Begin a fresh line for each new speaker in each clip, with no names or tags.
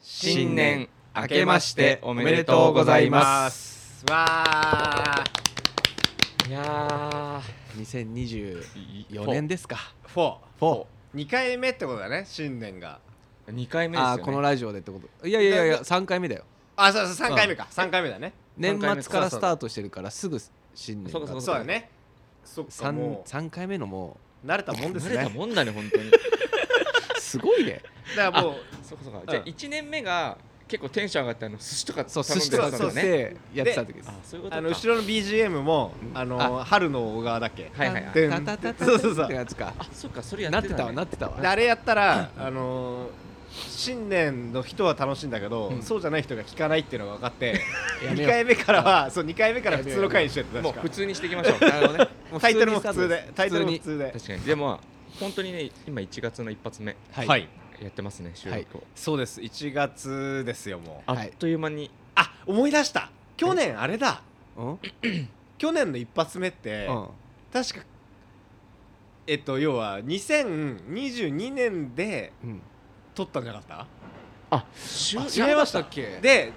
新年明けましておめでとうございます
わあ
いやー2024年ですか
4
42
2回目ってことだね新年が
回目ですよ、ね、
あーこのラジオでってこといやいやいやいや3回目だよ
あそうそう3回目か、
うん
三3回目だね
年
三回目
末から
そうそ
ス
う
タートしてるからすぐ新年
そう
が
か
そうだねそっか
三
も
三回目のも
う慣れたもんですね
慣れたもんだね本 当に
うすごいね
だからもう
そうかそうか、じゃあ
うん
1年目が結構テンション上がってあの寿司とか
そ
頼
うん寿司
で
と
た
か
ん
そ
だ
う
そ
そうう
よ
し
ね
てやってた時です
あそういうことか
あの後ろの BGM も、
うん
あの
あ
春の小川だっけ
はいはいはい
で
タタタタ
そうそうそう
ってやつか
あそうかそれや
な
っ
ってて
た、ね、
たわなってたわ
であれやったら、あのー新年の人は楽しいんだけど、
うん
そうじゃない人が聞かないっていうのが分かって
やめ
2
よう
回目からはそう2回目から普通の回にしてた
もう
確
普
か
通にしていきまし ょう
なるほどねう
タイトルも普
にスター
通
トす
でタイトルも普
普通
通で
確かにでも本当にね今1月の一発目
に
は
はいい
やってますね収録を、
そうです1月ですよもう
はい
あっという間に
あ思い出した去年あれだ
うんうん
去年の一発目って、確かえっと要は2022年で
うん
撮ったんじゃなかっ
あ
た
収
あ
っけ
たで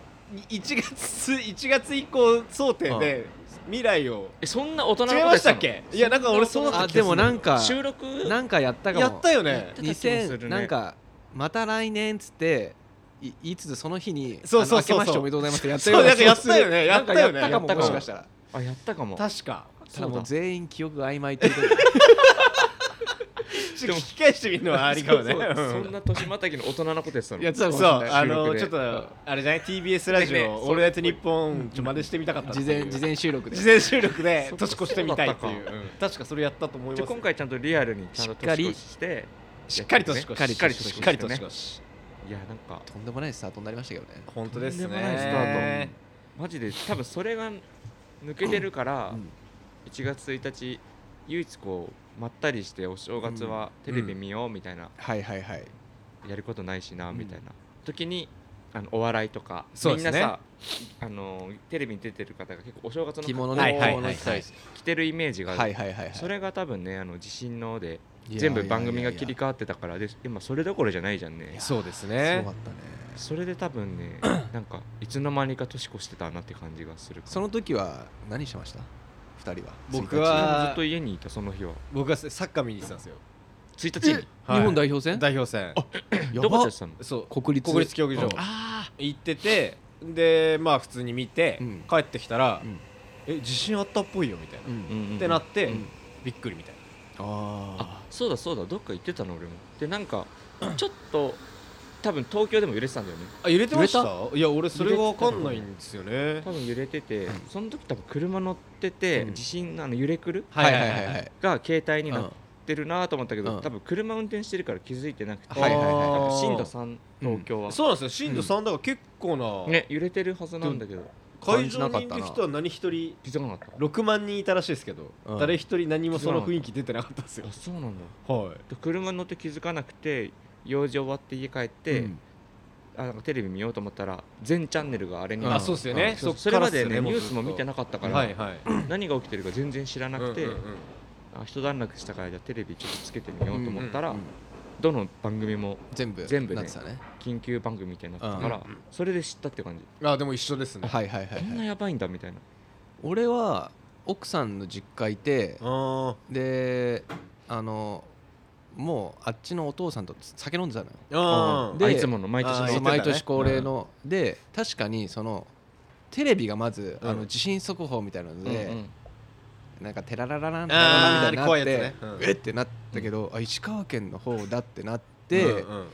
1月1月以降想定で未来を
えそんな大人のこと
違い
や
ま
っ
した
た
っ
の
けいやなんか俺そうだ
あ
った気
で
がす
も
る
なんか
収録
なんかやったかも
やったよね
やった気もする
2000
ね
なんかまた来年っつってい言いつつその日に
そうそうそうそう
あの明けましておめでとうございますってやった
そう
ような
なんかやったよねやったよ
気がする
ね
なんかやったかもも
やったかも
しかしたら
あやったかも
確か
ただもう
そう
全員記憶が曖昧っていうこと
ちょっと聞き返してみるのはありかもね
そううんそんな年またぎの大人のことやってたの
やってたかもし
そ
れ
う
ない
あ
収
の
録で
ちょっと
うん
あれじゃない TBS ラジ
ねね
オ「オールナイトニッポン」ちょ真似してみたかったってい
事
う
前事前収録で
事前収録で
そっか
年越してみたいっていう
そうだったか
うん確かそれやったと思い
じ
ま
ゃあ
す
今回ちゃんとリアルにちゃんと
しっかり
年越しして
しっかり年越し
しっかり年越し
しっかり年越し
いやなんか
とんでもないスタートになりましたけどね
本当です
とんでもないスタ
ね
マジで多分それが抜けてるから
うん
1月1日唯一こうまったりしてお正月はテレビ見ようみたいな
はいはいはい
やることないしな
うん
みたいな時にあのお笑いとか
そう
みん
ですね
なさあのテレビに出てる方が結構お正月の
着物ね
はいはいはい
着たり
着てるイメージが
は
あ
い
る
はいはいはい
それが多分ねあの地震ので全部番組が切り替わってたからで今それどころじゃないじゃんね
そうです
替
ね
わったね
それで多 分ねなんかいつの間にか年越してたなって感じがする
その時は何してました二人は
僕
ず
は
っと家にいたその日は
僕はサッカー見に行ってたんですよ
1日に
日本代表
表
戦
代表戦
や
どこでや
ば
ってたの
そう
国立
国立競技場
うん
あ
行っててでまあ普通に見て
うん
帰ってきたら
うん
え地震あったっぽいよみたい
うん
あ、うんう
なっ
んうん
てなって
うん
びっくりみたいな
あ
あそうだそうだどっか行ってたの俺もでなんかちょっと多分東京でも揺れてたんだよね
あ揺れてまし
揺
たいや俺それがわかんないんですよね
多分揺れててその時多分車乗ってて、
うん
地震のあの揺れくる
はいはいはいはい
が携帯にな
うん
ってるなと思ったけど、
うん
多分車運転してるから気づいてなくて、
はいはい
あー
多分震度3東京は、
そうなんですよ震度3だから結構な、
ね揺れてるはずなんだけど
会場にいる人は何一人
気づかなかった
6万人いたらしいですけど、
うん
誰一人何もその雰囲気出てなかったですよ
あそうなんだ
は
で車乗って気づかなくて用事終わって家帰って、
うん
あなんかテレビ見ようと思ったら全チャンネルがあれに
うん
あそうっすよね
そ
そっ
う
から
それまで
っす
ね
よね
ニ
もう
ュー
ずっと
スも見てなかった
い
から、
はいはい
何が起きてるか全然知らなくて、
うんうんうん
あ一段落したからじゃあテレビちょっとつけてみようと思ったら、
うんうん
どの番組も
全部
全部
な
ね
ってたね
緊急番組みたいになってたから、
うんうん
それで知ったって感じ、
あでも一緒ですね
はいはいはい
こん
は
ないやばいんだみたいな
俺は奥さんの実家いて
あ
であのもうあっちのお父さんと酒飲んでたのよ
ーあー
で
あいつもの毎年
あ
の
ー
そ
そう
言っ
う
て
毎
たね
年恒例の、で確かにそのテレビがまず、
うん
あの地震速報みたいなので、
うんうん
なんかテララララ
あー
ンラララみたいになって
あれ怖いやつねうん
えってなったけど、あ石川県の方だってなって、
うんうん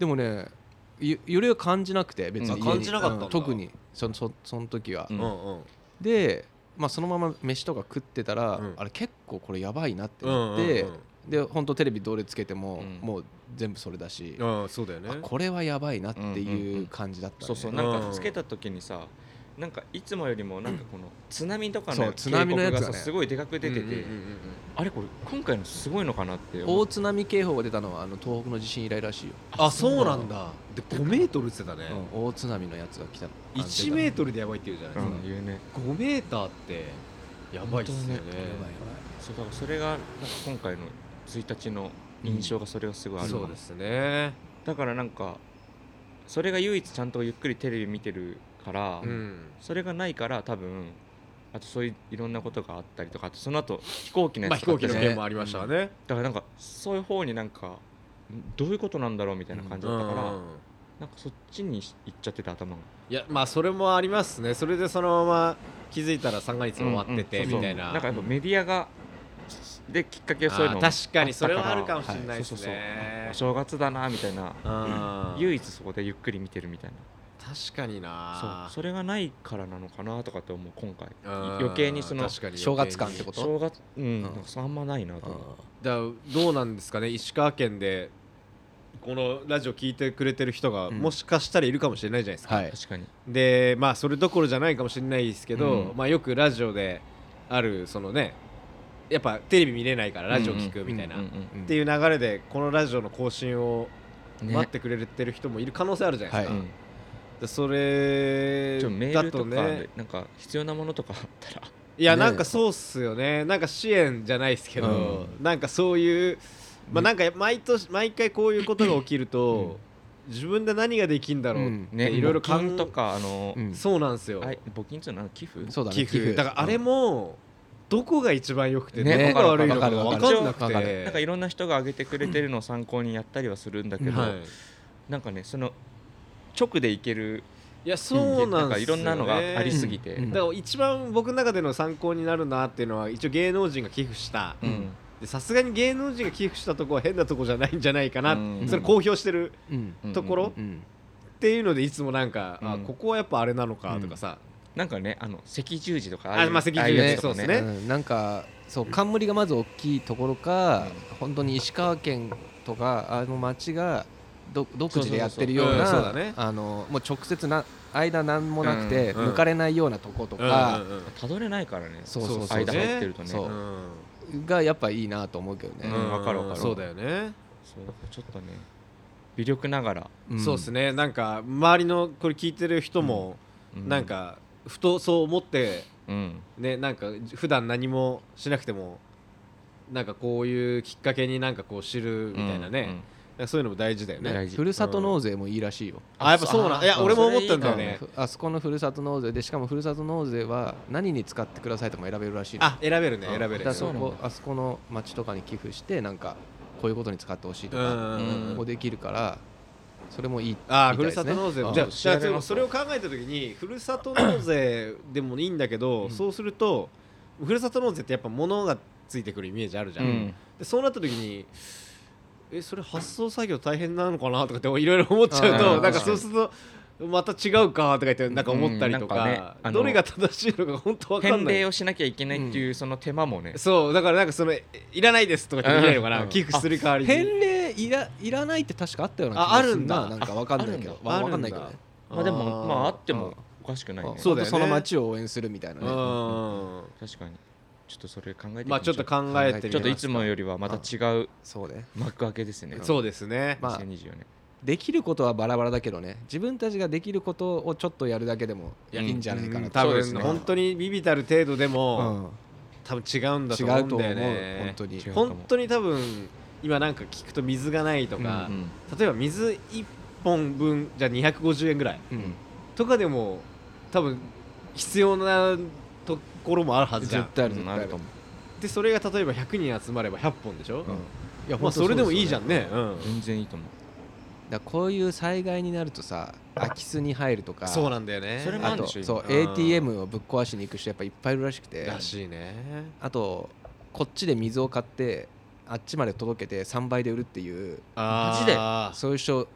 でもねゆ揺れを感じなくて別に
うん
家に
感じなかったんだ
うん特にそのそその時は、
うん
うんうん
で、まあ、そのまま飯とか食ってたら、
うん
あれ結構これやばいなって
うんうんう
なっ
ん
て、で本当テレビどれつけても、
うん
もう全部それだし、
うんそうだよね
あこれはやばいなって
うんうんう
い
ん
う感じだったね、
そうそうなんかつけた時にさなんかいつもよりもなんかこの津波とか
そ
の
う津波のやつが
警
ね
告がさすごいでかく出て
うんうんうん
てあれこれ今回のすごいのかなって思
大
っ
津波警報が出たのはあの東北の地震以来らしいよ、
あそうなんだで5メートルって言ってたね
うん大津波のやつが来たのあの
1メートルでやばいって言うじゃない
た
です
う
ん
か
ん言うね
5メーターってやばいっすよね
出た
本当
のやばいや
そうだからそれがなんか今回の1日の印象がそれがすごいあるの
そうですね
だからなんかそれが唯一ちゃんとゆっくりテレビ見てるから、
うん
それがないから多分あとそういういろんなことがあったりとかあとその後飛行機のや
まあ
つ
飛行機
とかあった
の
じゃん
ね
件もありましたね
だからなんかそういう方になんかんどういうことなんだろうみたいな感じだったから、
うん
なんかそっちに行っちゃってた頭が
いやまあそれもありますねそれでそのまま気づいたら三が日終わってて
うんうん
みたいな
そうそうなんかやっぱメディアができっかけはそういうの
あー確かにそれはあ
った
るかもしれないです
はそうそうそう
ね
お正月だなみたいな
うん
唯一そこでゆっくり見てるみたい
確かに
な
な
そうそれがないからなのかなとかって思う今回
うん
余計にその
確かに
正月感ってこと
正月うん、
ん
なんかそうあんまないなと思う
だからどうなんですかね石川県でこのラジオ聞いてくれてる人が、
うん
もしかしたらいるかもしれないじゃないですか、
はい
確かに
でまあそれどころじゃないかもしれないですけど、
うん
まあよくラジオであるそのねやっぱテレビ見れないからラジオ聞くみたいな、
うんうん
うん
っていう流れでこのラジオの更新を
うんね
待ってくれてる人もいる可能性あるじゃないです
う
か、
は
ん
でそれ
ちょっとメー
だ
ルと
と
か
ね
でなんか必要なものとかあったら
いや
ね
なんかそうっすよねなんか支援じゃないですけど、
う
なんかそういうまあな
ね
んか毎年毎回こういうことが起きると、自分で何ができんだろう、
うん
ね
いろいろ
募金
考え
とかあの、
うん
そうなんですよ、
あい募金っていうのは寄付
そうだね
寄付だからあれもどこが一番良くて、
ね
どこが悪いの
わ
か
か
も
る
分
わか
か
る
んなく
わか
て
る
なんかいろんな人が挙げてくれてるのを参考にやったりはするんだけど、
うん
はい、
なんかねその直でいける
いやそうなん
か
ですよ、ね、
いろんなのがありすぎて、
うんうん
だから一番僕の中での参考になるなっていうのは一応芸能人が寄付した
うん
でさすがに芸能人が寄付したとこは変なとこじゃないんじゃないかな、
うん
それ公表してる
うん
うん
ところ
うん
っていうのでいつもなんか、あ
うん
ここはやっぱあれなのかとかさ、
なんかねあの赤十字とか
あまあ赤十字
いうやつと
そう
か
ですね
うんなんかそう冠がまず大きいところか本当に石川県とかあの町がど独自でやってるよう
そうそうそううんそうだね
なあのもう直接な間何もなくて
うんうん
抜かれないようなとこと
うん
か
うんうん
たどれないからね
そうそうそう
間入ってるとね
そう
うん
がやっぱいいなと思うけどね
ん。わかるわかる
そうだよね、
そうだからちょっとね微力ながら、
ん
そうですねなんか周りのこれ聞いてる人も、
う
なん、かふとそう思って
うん、
ねなんか普段何もしなくてもなんかこういうきっかけになんかこう知るみたいなね、
うんうん
なんかそういうのも大事だよね
大
ね
事
ふるさと納税もいいらしいよ。
あやっぱそうなんいや
そう
俺も思ったんだよ
それいい
ね
うんあそこのふるさと納税でしかもふるさと納税は何に使ってくださいとかも選べるらしいの
あ選べるね
うん
選べる
だから
そ
そ
うなん
こ
だ
あそこの町とかに寄付してなんかこういうことに使ってほしいと
うん
か
うんうん
もうできるからそれもいい
ああ、
み
ふる
たいです
さ
ね
と納税
う
も
ん
じゃあ
調
じゃあ
べますわ
それを考えた時にふるさと納税でもいいんだけど、
うん
そうするとふるさと納税ってやっぱ物がついてくるイメージあるじゃん、
うん
でそうなった時にえそれ発送作業大変なのかなとかっていろいろ思っちゃう
あ
と
ー
なんか
確か
そう
に
するとまた違うかとか言ってなんか思ったりとか,、
うんなんかねあの
どれが正しいのか本当わかん
返
な
礼
い
をしなきゃいけないっていうその手間もね、
そうだからなんかそのえいらないですとかって言えないのかな、
うん
寄付する代わりに
返礼いらいらないって確かあったような気が
ああ
す
るんだ
ななんかわかんないけど
ああるんだ
わかんないけどね
まあでもまああって
うん
もおかしくないね
ん
そうだよね
ほんとその町を応援するみたいな
う
ね
ん
確かにちょっとそれ考えてみしょう
まあちょっと考えてみます
ちょっといつもよりはまた違う
そうね
幕開けですね
そうですね、
まあ
2024年
できることはバラバラだけどね自分たちができることをちょっとやるだけでもい
や
いんじゃないか
う
なん
多
そう
分
ですね
本当にビビたる程度でも、
うん
多分違うんだと
違
思う
うんと思
だ
う
よ
本
ね
当に
違う
本当に多分今なんか聞くと水がないとか、
う
例えば水1本分じゃあ250円ぐらい
うん
とかでも多分必要なところもあるはずじゃ
絶
ん
対ある
う
絶
ん
対
あ
あ
る
る
と思
でそれが例えば100人集まれば100本でしょ、
うんいや
ま
ほ
あ
んと
それでもいいじゃ
うん
ね、うん
う全然いいと思う
だからこういう災害になるとさ空き巣に入るとか
そうなんだよね
それも
あ
ある
と
でしょ
そう
今
ATM をぶっ壊しに行く人やっぱいっぱいいるらしくて
らしいね
あとこっちで水を買ってあっちまで届けて3倍で売るっていう
あー
そういう人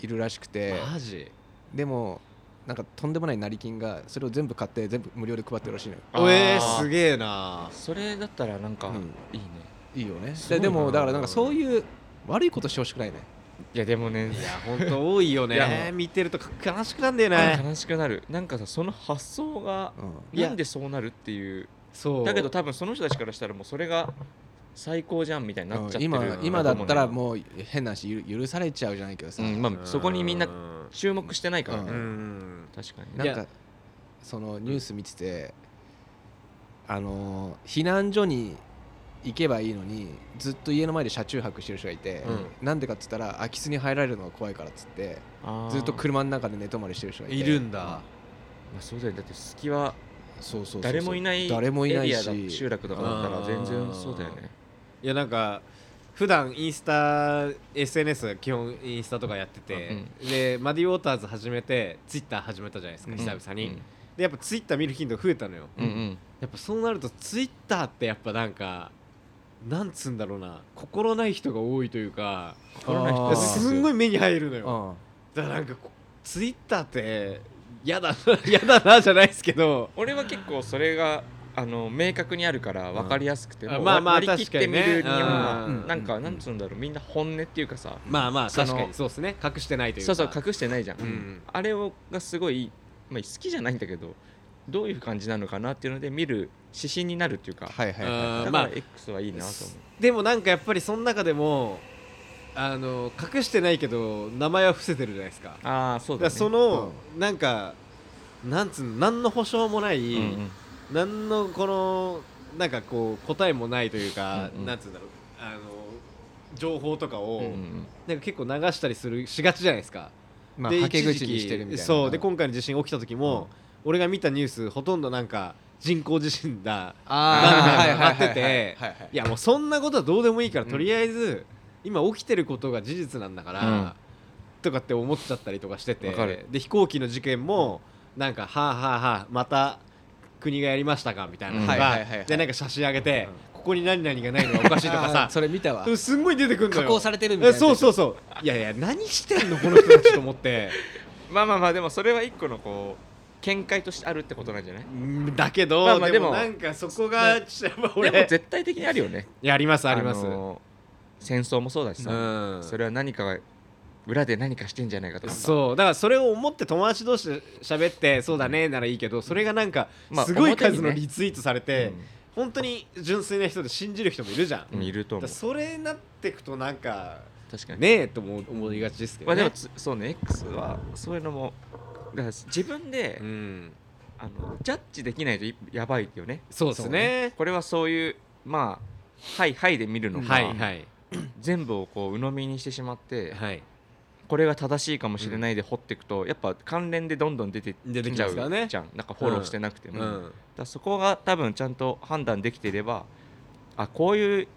いるらしくて
マジ
でもなんかとんでもない成金がそれを全部買って全部無料で配ってるらしいのよ
あー
えー、すげえな
それだったらなんか
うん
いいね
いいよね
すごい
で
な
でもだからなんかそういう悪いことしてほしくないね
いやでもね
いや本当多いよ
い
ね
や
見てると悲しくなんだよね
悲しくなるなんかさその発想が
う
いや
なんでそうなるっていう
そう
だけど多分その人たちからしたらもうそれが最高じゃんみたいになっちゃ
ん
ってる
今今だったら
う
もう変なし許許されちゃうじゃないけどさ
んまあそこにみんな
う
注目してないからね
うん
確かに
ないん
や
かそのニュース見てて、あのー避難所に行けばいいのにずっと家の前で車中泊してる人がいて、
う
なんでかっつったら空き巣に入られるのが怖いからっつってずっと車の中で寝泊まりしてる人がいて
いるんだ
まあ、そうだよねだって隙は
そうそうそうそう
誰もいない
誰もいない
エリア
し
だ集落とかだったら全然そうだよね
いやなんか普段インスタ SNS 基本インスタとかやってて、でマディウォーターズ始めてツイッター始めたじゃないですか、
うん
久々に、でやっぱツイッター見る頻度増えたのよ、
うんうん
やっぱそうなるとツイッターってやっぱなんかなんつうんだろうな心ない人が多いというか
心ない人
あ
ー
ー
すんごい目に入るのよ
あ
だからなんかこツイッターって嫌だな 嫌だなじゃないですけど
俺は結構それがあの明確にあるから分かりやすくて、
うん
もう
まあまあ
割り切って
確
見
かにね
るには、
うん
なんか
うん
なんつうんだろうみんな本音っていうかさ
まあまあ
その
確かにそうですね隠してないという
そ
か
うそう隠してないじゃん、
うん
あれをがすごい、まあ、好きじゃないんだけどどういう感じなのかなっていうので見る指針になるっていうか、
あはいはい
あ
は
ー
だか
まあ
ら X はいいなと思う、
でもなんかやっぱりその中でもあの隠してないけど名前は伏せてるじゃないですかだか
ああそうだ、
ら
ね、
その、なんかなんつうの何の保証もない、
うんうん
何のこのなんかこう答えもないというか、
うんうん
なんつうんだろうあの情報とかを、
うんうん
なんか結構流したりするしがちじゃないですか、
いまあ
で
はけ
一
口
時期
にしてるみたいな
そうで
ん
今回の地震起きた時も、俺が見たニュースほとんどなんか人工地震だ
あー
ガンガン上がってて
はいはいはいはい
いやもうそんなことはどうでもいいから、
うん
とりあえず今起きてることが事実なんだから、
うん
とかって思っちゃったりとかしてて
わかる
で飛行機の事件もなんかはあはあはあまた国がやりましたかみたいなのが、
うん
はいはいはいはい
でなんか写真上げて、
うん
ここに何々がないのがおかしいとか
あー
さ
それ見たわ
うんすんごい出てくるの
加
よ
工されてるみたい
え
な
そうそううそういやいや何してんのこの人たちと思って
まあまあまあでもそれは一個のこう見解としてあるってことなんじゃない
うんだけど、
まあまあ
でも
でも
なんかそこがちょっとやっぱ
で も
俺
絶対的に あるよね
やりますあります、
の戦争もそうだしさ、
うん
それは何かが裏で何かしてんじゃないかとかさ
そうだからそれを思って友達同士で喋ってそうだねならいいけどそれがなんか
まあ
すごい
表にね
数のリツイートされ
う
て、本当に純粋な人で信じる人もいるじゃん、
んいると
だか
思
ら
う
それになってくとなんか
確かに、
ねえとも思いがちですけ
ま
ど
あ
ね、
でもつそうね X はそういうのもだから自分で、
うん
あのジャッジできないといやばいよね
そうですね
これはそういうまあはいはいで見るのか、
はいはい
全部をこう鵜呑みにしてしまって、
はい
これが正しいかもしれないで掘っていくと、やっぱ関連でどんどん出て
出て
き
き
ちゃ
ますから
う
ね
じゃんなんかフォローしてなくて
う
も、だか
ん
らそこが多分ちゃんと判断できていればあこういう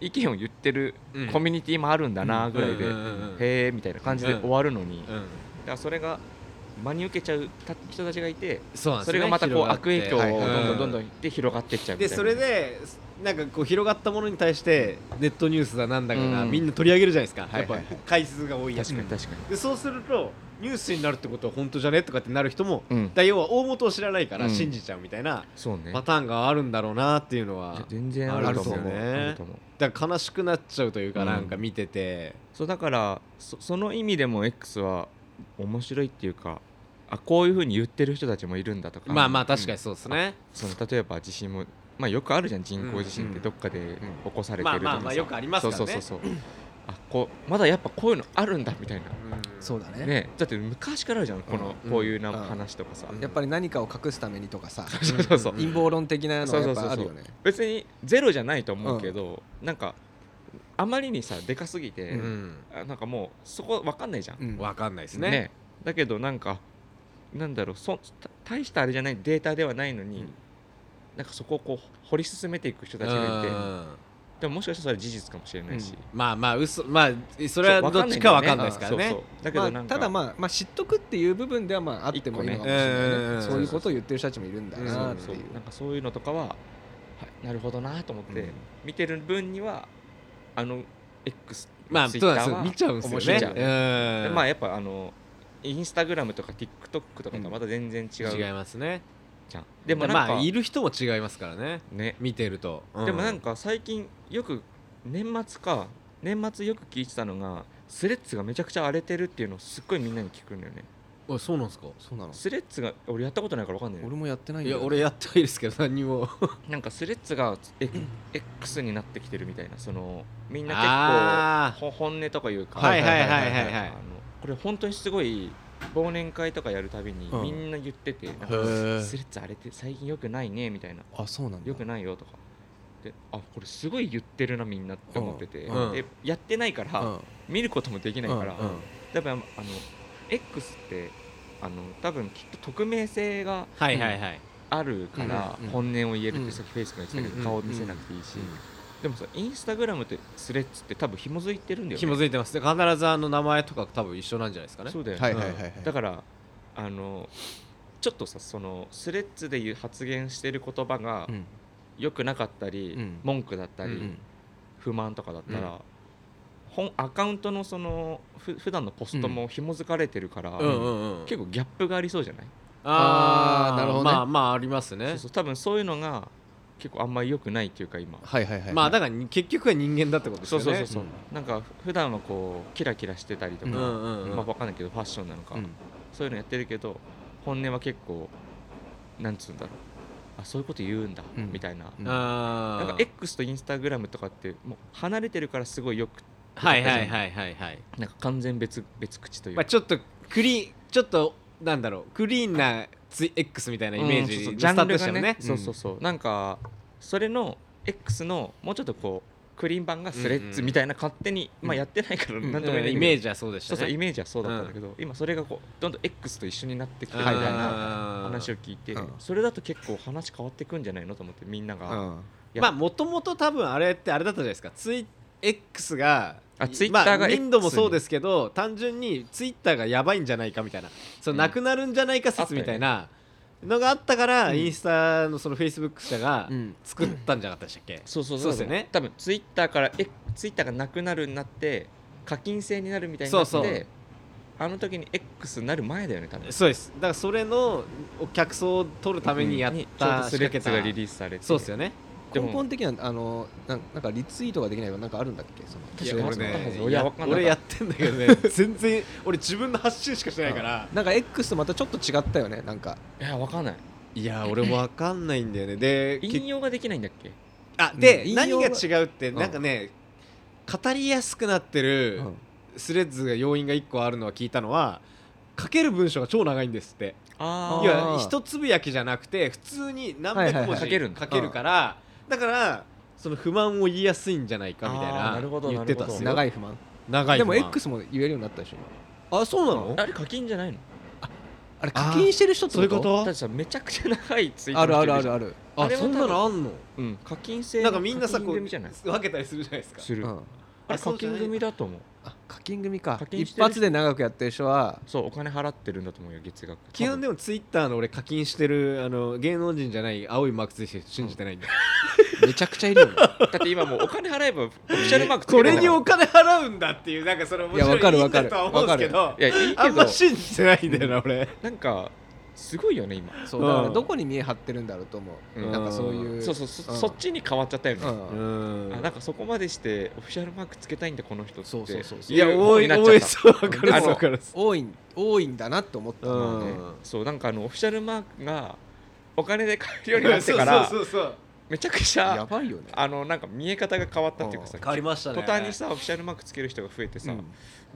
意見を言ってる
うん
コミュニティもあるんだなぐらいで、
うんうんうんうん
へえみたいな感じで終わるのに、だ
うん
からそれが真に受けちゃうた人たちがいて
そうなんですね
それがまたこう
広がっ
悪
て
影響を
はい
どんどんどん
う
どんで広がってっちゃうみ
で
たいな
それでなんかこう広がったものに対してネットニュースだなんだかな、
うん
みんな取り上げるじゃないですか、
はいはいはい
やっぱ回数が多いやつ
確かに確かに、
でそうするとニュースになるってことは本当じゃねとかってなる人も、
うん
だ要は大元を知らないから
うん
信じちゃうみたいな
そうね
パターンがあるんだろうなっていうの
いや
は
全然あると思う
あると
思う
あると思う
だから悲しくなっちゃうというか
うん
なんか見てて、
そうだからそその意味でも X は面白いっていうかあこういうふうに言ってる人たちもいるんだとか
まあまあ確かにそうですね、
その例えば地震も、まあ、よくあるじゃん人工地震っ
うんう
て
ん
どっかで起こされて
まあ
ると
まあ
か
まあ
さ
よくありますからね
そうそうそうそうあこうまだやっぱこういうのあるんだみたいな
うん
そうだね
ねだって昔からあるじゃんこの、
うん
こういうな
うん
話とかさ、
うん
やっぱり何かを隠すためにとかさ
そうそうそう
陰謀論的なのはやっぱあるよね
別にゼロじゃないと思うけど、なんかあまりにさでかすぎて、
うん
あなんかもうそこわかんないじゃん、
うん
わかんないですね
だけどなんかなんだろうそた大したあれじゃないデータではないのに、
うん
なんかそこをこう掘り進めていく人たちがいて、
うん
でももしかしたらそれは事実かもしれないし、
うん
まあまあ嘘まあそれはどっちかわかんないですからね
そうそうだけどなんか、
まあ、ただまあ、まあ、知っとくっていう部分ではまああってもいいのかもしれない
一個ねうんうんう
ね
ん
そういうことを言ってる人たちもいるんだ
そう
なって
そう
いう
なんかそういうのとかは、はい、なるほどなと思って、
うん
見てる分にはあの X
まあ
ツ
そ
イ
う
ッ
なんで
ター
すよ
は
見ちゃうんですよ
面白いじゃん
ね
で
うん
まあやっぱあのインスタグラムとか TikTok とかとはまた全然違う
違い
じ
ますね
ゃん、でもなんか、
まあいる人も違いますからね
ね、
見てると、う
でもなんか最近よく年末か年末よく聞いてたのがスレッズがめちゃくちゃ荒れてるっていうのをすっごいみんなに聞くんだよね
あそうなんですか
そうなの
スレッズが俺やったことないからわかんない
俺もやってないん
い
だ
や
よ
俺やってないですけど何にも
なんかスレッズがえ X になってきてるみたいなそのみんな
あ
結構ほ本音とかいうか
はいはいはいはいはい
あのこれ本当にすごい忘年会とかやるたびに
うん
みんな言ってて、なんか
へー
スレッズ荒れて最近よくないねみたいな
あそうなんだ
よくないよとかであこれすごい言ってるなみんなって思ってて、
うん
でやってないから、見ることもできない
う
から、
んうん
多分あの X ってあの多分きっと匿名性が
はいはいはい
あるから
うんうん
本音を言えるっ
うん
てさっきフェイスが言ってたけ
うんうん
ど顔を見せなくていいしでもさインスタグラムとスレッズって多分紐づいてるんだよね
紐づいてますで必ずあの名前とか多分一緒なんじゃないですかね
そうだよね
はいはいはいはい
だからあのちょっとさそのスレッズで言う発言してる言葉が
うん
良くなかったり、
うん
文句だったり、
うん
不満とかだった
う
ら、本アカウントのそのふ普段のポストも紐づかれてるから、
うんうんうん
結構ギャップがありそうじゃない
あ
あー
あ
な
な
る
る
ほ
ほど
どね
まあまあありますね
そうそう多分そういうのが結構あんまり良くないっていうか今
はいはいはい
まあだからに結局は人間だってことです
そ
よ
う
ね
そうそうそう、なんか普段はこうキラキラしてたりとか、
うん
うんうん
まあ分かんないけどファッションなのか、
うん
そういうのやってるけど本音は結構なんつうんだろうあそういうこと言うんだ、
うん
みたいな、
うん
あ
なん
ー
か X とインスタグラムとかってもう離れてるからすごいよく
はいはいはいはいはい
なんか完全別別口という
まあ
か、
ちょっとクリーンちょっとなんだろうクリーンなツイ X みたいなイメー
うん
ジ
そうそう
の
ジ
スター
ャン
トで
ル
した
が
もん
ね
ね
そうそうそうなんかそれの X のもうちょっとこうクリーン版がスレッズみたいな勝手に、
うん
まあやってないから
ん
なんとも言え
う
なんい
イ
けど、
メージはそうでし
そう
た
そうイ
ね
メージはそうだったんだけど、今それがこうどんどん X と一緒になってきてみたいな
あー
話を聞いて、
うん
それだと結構話変わってくんじゃないのと思ってみんなが、
うん
いや
まあもともと多分あれってあれだったじゃないですかツイ X が
あ Twitter
まあ
が X
インドもそうですけど単純にツイッターがやばいんじゃないかみたいなその
うん
なくなるんじゃないか説みたいなのがあったから、
うん
インスタのそのフェイスブック社が
うん
作ったんじゃなかったでしたっけ、
そうそう
そうですよね
多分ツイッターからえツイッターがなくなるになって課金制になるみたいになって
そうそう
あの時に X になる前だよね多分
そうですだからそれのお客層を取るためにやっ
にちょう
た
ど
仕
ス
掛
レッ
け
ズ
た
がリリースされて
そうですよね
で
根
も
本的にはあのななんかリツイートができないとかなんかあるんだっけその
いや
違う
俺ね
なんか
いやわかんなかった
俺やってんだけどね 全然俺自分の発信しかしてないから
なんか X とまたちょっと違ったよねなんか
いやわかんない
いや俺もわかんないんだよねで
引用ができないんだっけ
あ
うん
で、
引
何
用
が
が
違うって、
うん
なんかね語りやすくなって
う
る
ん
スレッズが要因が1個あるのは聞いたのは書ける文章が超長いんですって
あ
い
い
あ
や
ー
一つぶやきじゃなくて普通に何
はいはい
百
は
文
い
字
書けるんだ
書けるからだからその不満を言いやすいんじゃないかみたい
あー
な
なるほど
言ってたん
な
で
るほ
す
ど
よ
長い不満
長い
でも
不満
X も言えるようになったでしょ今あそうなの
あれ課金じゃないの
あれ課金してる人って
そういうこと
だってさめちゃくちゃ長いツイート
あるあるある
してじゃん
ある
あ
あ
れは
そ
多
ん
分
なのあんの
うん課金制の
なんかみんなさ
課
こ
金
う
組じゃ
分
ない
けたりするじゃないですか
する、
うん
あ
あ
れ
そ
課
うじゃない
金組だと思う
あ課金組か
課金し
一
てる人
発で長くやってる人は
そうお金払ってるんだと思うよ月額
基本
で
でもツイッターの俺課金してるあの芸能人じゃない青いマークついてる人信じてないんだよ
めちゃくちゃいるよね
だって今もうお金払えばオフィシャルマークつけ
こ
れ
れ
るん
に
だから
お金払うんだっていうなんかそれ面
いやわ
白
かる
いいい
わ
ん
か
だ
る
とは思うんですけど
いやいい
あ
け
んま
ど
信じてないんだよな俺
なんかすごいよね今
そうだから
うん
どこに見え張ってるんだろうと思う、
うん
なんかそういう
そうそうそ,、
ん
そっちに変わっちゃったよね、
うん
あなんかそこまでしてオフィシャルマークつけたいんだこの人って
そうそうそうそう
いや
う
多
方に
い
なっ
多い
ちゃった
そうわかる
あ
わ
の
かる
多いん多いんだなって思った、
うん
まあねそうなんかあのオフィシャルマークがお金で買えるようになってから
そうそうそう
めちゃくち
や
ゃ
ばいよね
あのなんか見え方が変わったっていうかさ
変わりましたね
途端にさオフィシャルマークつける人が増えてさ、
うん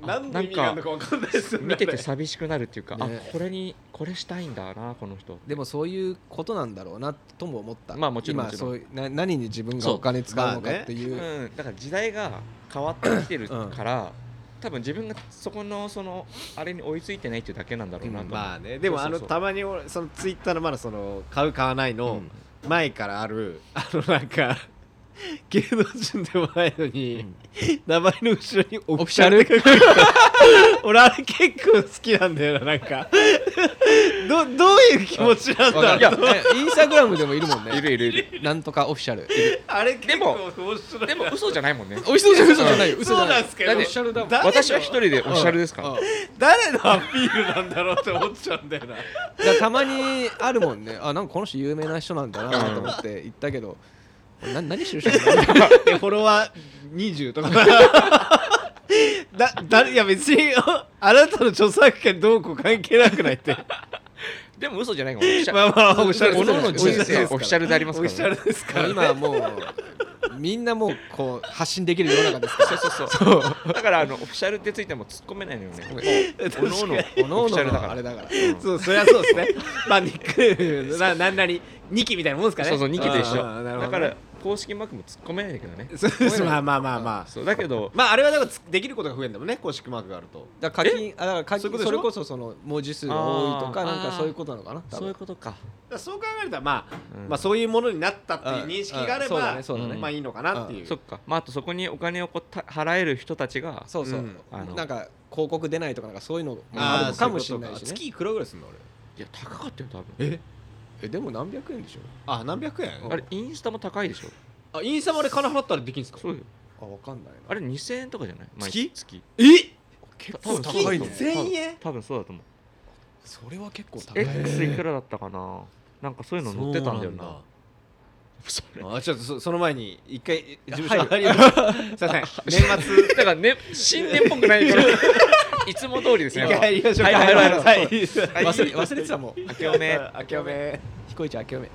何の意味があるのかわかんないですよね
見てて寂しくなるっていうか、
ね
あこれにこれしたいんだなこの人
でもそういうことなんだろうなとも思った
まあもちろん
今
もちろん
そういうな何に自分が
そう
お金使うの
まあね
かっていう、
うん、だから時代が変わってきてるから、多分自分がそこのそのあれに追いついてないっていうだけなんだろうなと
うん
思う、
まあねでもあの
そうそうそう
たまに俺そのツイッターのまだその買う買わないの前からあるあのなんか 芸能人でもないのに、
うん
名前の後ろにオフ
フィ
ィ
シ
シ
ャ
ャ
ル
ルって書く 俺あれ結構好きなんだよななんかどどういう気持ちなん
わか
だ
る
ろう
インスタグラムでもいるもんね
いるいるいる
なんとかオフィシャル
あれ結
で
構
も
面白い
でも嘘じゃないもん ね
美味しそうじゃん嘘じゃないよ
うん
嘘じゃな
そう
い
なんすけど
だってオフィシャルだもん
だ
私は一人でオフィシャルですから、
うん
誰のアピールなんだろうって思っちゃうんだよな
だからたまにあるもん ねあなんかこの人有名な人なんだなと思って行ったけどな何してる人なんだろう
でフォロワー20とか だだいや別に あなたの著作権どうこう関係なくないって
でも嘘じゃないかもオフィシャル
まあまあオフィシャル
各々の
お
人
しゃれです
生
から
はオフィシャルであり
オ
ます
フィ
から、
シャ
ね、
ルですか
も
ら
う
ね
今はもうみんなもうこう発信できる世の中ですからそうそうそう
だからあのオフィシャルってついても突っ込めないのよねもう
確かに
おの
おの
おのオ
お
フィシャルだか
の
ら
あれだから
うん
そう、そりゃそうですね。まあ、ニックネーム、な、なんなり、ニキみたいなもんですかね。
そうそう2期と一緒
あーなるほ
だ
ど
から公式マークも突っ込めないんだけどね
そうそうまあまあまあまあ
そうだけど
まああれはなんかつできることが増えんだもんね公式マークがあると
だから課金あだから課
そういうこと
金
でしょ
それこそその文字数が多いと
あ
か
ー
なんかそういうことなのかな多
そういう
分
ことか、
だからそう考えるとまあ、
うん
まあそういうものになったっていう認識があれば、
うんうんそうだねそうだね
まあいいのかなっていう、
そっかまああとそこにお金をこうた払える人たちが
そうそう、
うん
あの
なんか広告出ないとかなんかそういうのも
あー
あるのかもしれない
そう
し
うことか
ね
月いくらぐらいするのあれ
いや高かったよ多分
え
えでも何百円でしょ
あ何百円
あれインスタも高いでしょ
あインスタまで金払ったらできるんですか
そうよ
あわかんないな
あれ2000円とかじゃない毎
月
月
え
結
構高いね
1000円
多分そうだと思う
それは結構高い
X いくらだったかななんかそういうの載ってたんだよなそれ
あちょっとそその前に一回事務所
はい
入り ますいません年末
だからね新年っぽくないからいつも通りですね
一回入りましょうか
はいはいはい
はい
忘れ忘れてたもん
明けおめ
明けおめ
彦一明けおめ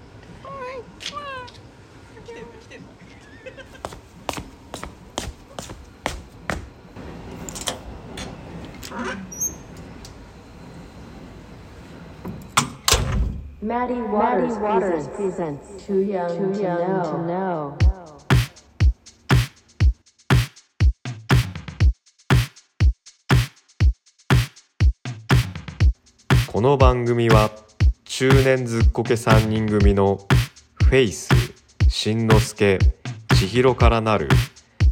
Maddie Waters, presents, Too Young, to, know.
この番組は中年ずっこけ3人組のフェイスしんのすけ千尋からなる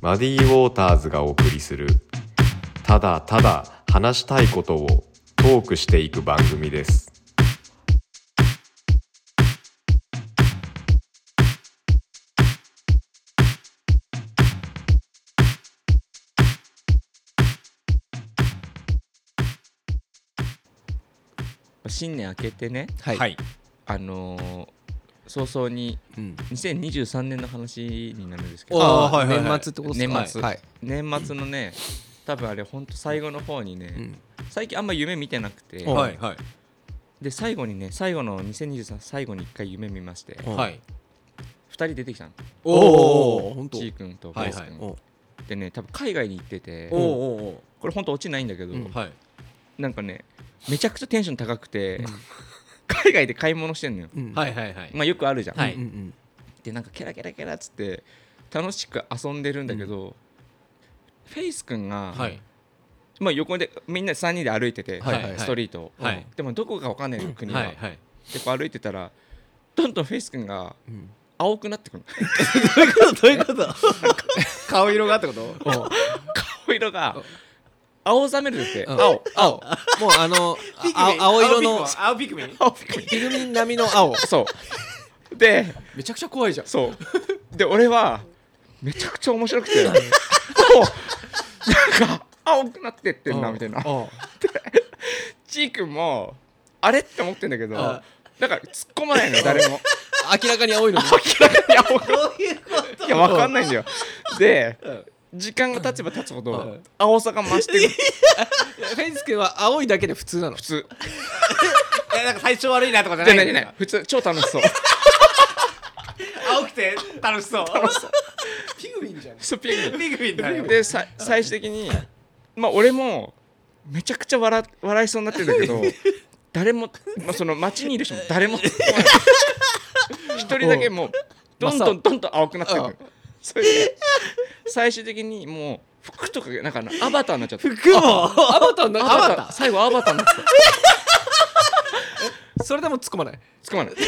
マディウォーターズがお送りするただただ話したいことをトークしていく番組です。
新年明けてね
はい、
はい
あのー早々に
うん、
2023年の話になるんですけ
お
ど
あ
あ
ーはいはいはい
年末ってことですか
年末
はい、
年末のね多分あれほんと最後の方に
う
ね
ん
最近あんま夢見てなくて
お
はいはい
で最後にね最後の2023最後に一回夢見まして
うん
はい
2人出てきたの
お
おー本当
ちーくんと
は
ベ
い
ースく
はい
んでね多分海外に行ってて
お
こ
お
れほんと落ちないんだけど
うん
おはい
なんかねめちゃくちゃテンション高くて 海外で買い物してんのよ
うん
はいはいはい
まあよくあるじゃん、
は
はいい、うんうん
でなんかケラケラケラっつって楽しく遊んでるんだけど、フェイスくんが、
はい
まあ、横でみんな3人で歩いてて、
はいはい
ストリートを、
はい
でもどこかわかんないの国が、
はいはい
でこう歩いてたらどんどんフェイスくんが
うん
青くなってく る
どういうこと 顔色がってこと
顔色が青ざめるって
うん
青
青もうあの あ青色の
青ピクミン
青ピクミン
ピグミン並みの青
そうで
めちゃくちゃ怖いじゃん
そうで俺はめちゃくちゃ面白くておなんか青くなってってんなみたいな
うん
ちーくんもあれって思ってんだけど
ん
なんか突っ込まないのよ誰 も
明らかに青いのに
明らかに青
どういうこと
いやわかんないんだよで
ん
時間が経てば経つほ
う
ど
ん
青さが増してる
フェイス君は青いだけで普通なの
普通
えなんか体調悪いなとかじゃ
じ
な
ゃ
い
ないじゃない普通超楽しそう
青くて楽しそう
ピグミンじゃん
そうピン
ピクミンだよ
でさ最終的にまあ俺もめちゃくちゃ笑笑いそうになってるんだけ ど誰も、まあ、その街にいる 人も誰も一人だけもうどんどんどんどん青くなってくるそれで最終的にもう服とかなんかなアバターになっちゃった
服も
アバターになっちゃ
ア
っ
バ
た
ター
最後アバターになってた
それでも突っ込まない
つか まない
な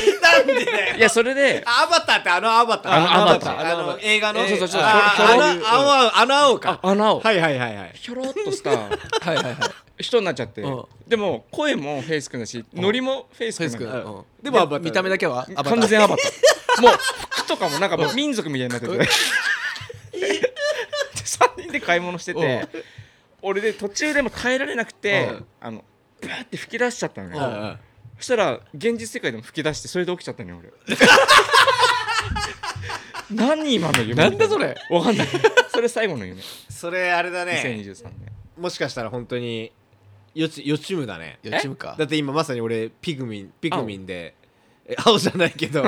んでだよ
いやそれで
アバターってあのアバター
あのアバター
あの映画の
そうそうそう
あ
そう
あの青青あの青
あ
か
穴を
はいはいはいはい
ひょろっと した
はいはいはい
人になっちゃって
うん
でも声もフェイス君だしノリもフェイス
フェイス
君
君
なの
うん
でもアバター
見た目だけはアバター
完全アバターもう服とかもなんかもう民族みたいになってて
うん
で3人で買い物してて俺で途中でも耐えられなくて
うん
あのバーって吹き出しちゃったの
うんう
よ
ん
そしたら現実世界でも吹き出してそれで起きちゃったのよ俺何今の夢
なんだそれ
わかんないそれ最後の夢
それあれだね
2023年
もしかしたら本当に予知予知夢だね
予知夢か
だって今まさに俺ピグミンピグミンでえ青じゃないけ ど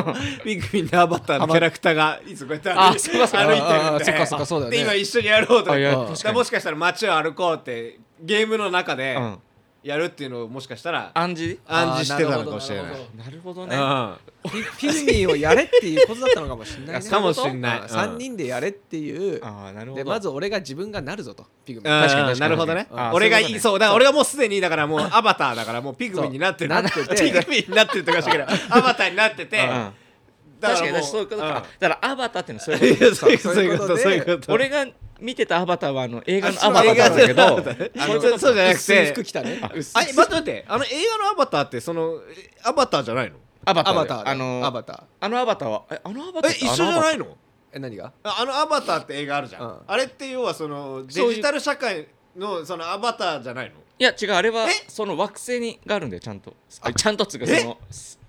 ピグミンでアバターのキャラクターがいつこうやって歩い
あそうかそうか
歩いてるん
あ
で
ーそっかそっかそうだよね
で今一緒にやろうとか
あいや
だ
確
か
からに
もしかしたら街を歩こうってゲームの中で
うん
やるっていうのをもしかしたら
暗示
暗示してたのかもしれない
あーるほどる
なるほど
うん
ね
あ
ほどフィフィルミーをやれっていうことだったのかもしれないね
かもしんない
うん
うん
三人でやれっていう
ああなるほど
でまず俺が自分がなるぞとピグミン
ー
確かに
なるほどね
あー
俺が
そういうこと
い
ね
いそうだから俺がもうすでにだからもうアバターだからもうピグミンになってる
そうなってて
ピグミンになってるっておかしいけどアバターになってて
うん
だら
確
も
かにそういうこと
ん
かだからアバターってのはそう
い
いうこ
や
と
そういうこ
そ
と
う
そうい
いうう
こそう
ことと
いうこと
俺が見てたアバターはあの映画のアバターなんだけ
あ違う違う違う
どあの
そうそうじゃなくて
制服着たねうっす
あれ待って待ってあの映画のアバターってそのえアバターじゃないの
アバタ
ア
ーだ
バ
よ
ターだ
あの
アバター
あのアバターはえあのアバタ
え
ーって
一緒じゃない
あのアバター
の
え何が
ああのアバターって映画あるじゃん、
うん
あれって要はその
そういう
デジタル社会のそのアバターじゃないの
いや違うあれは
え
その惑星にがあるんだよちゃんとあちゃんとっつうか
え
その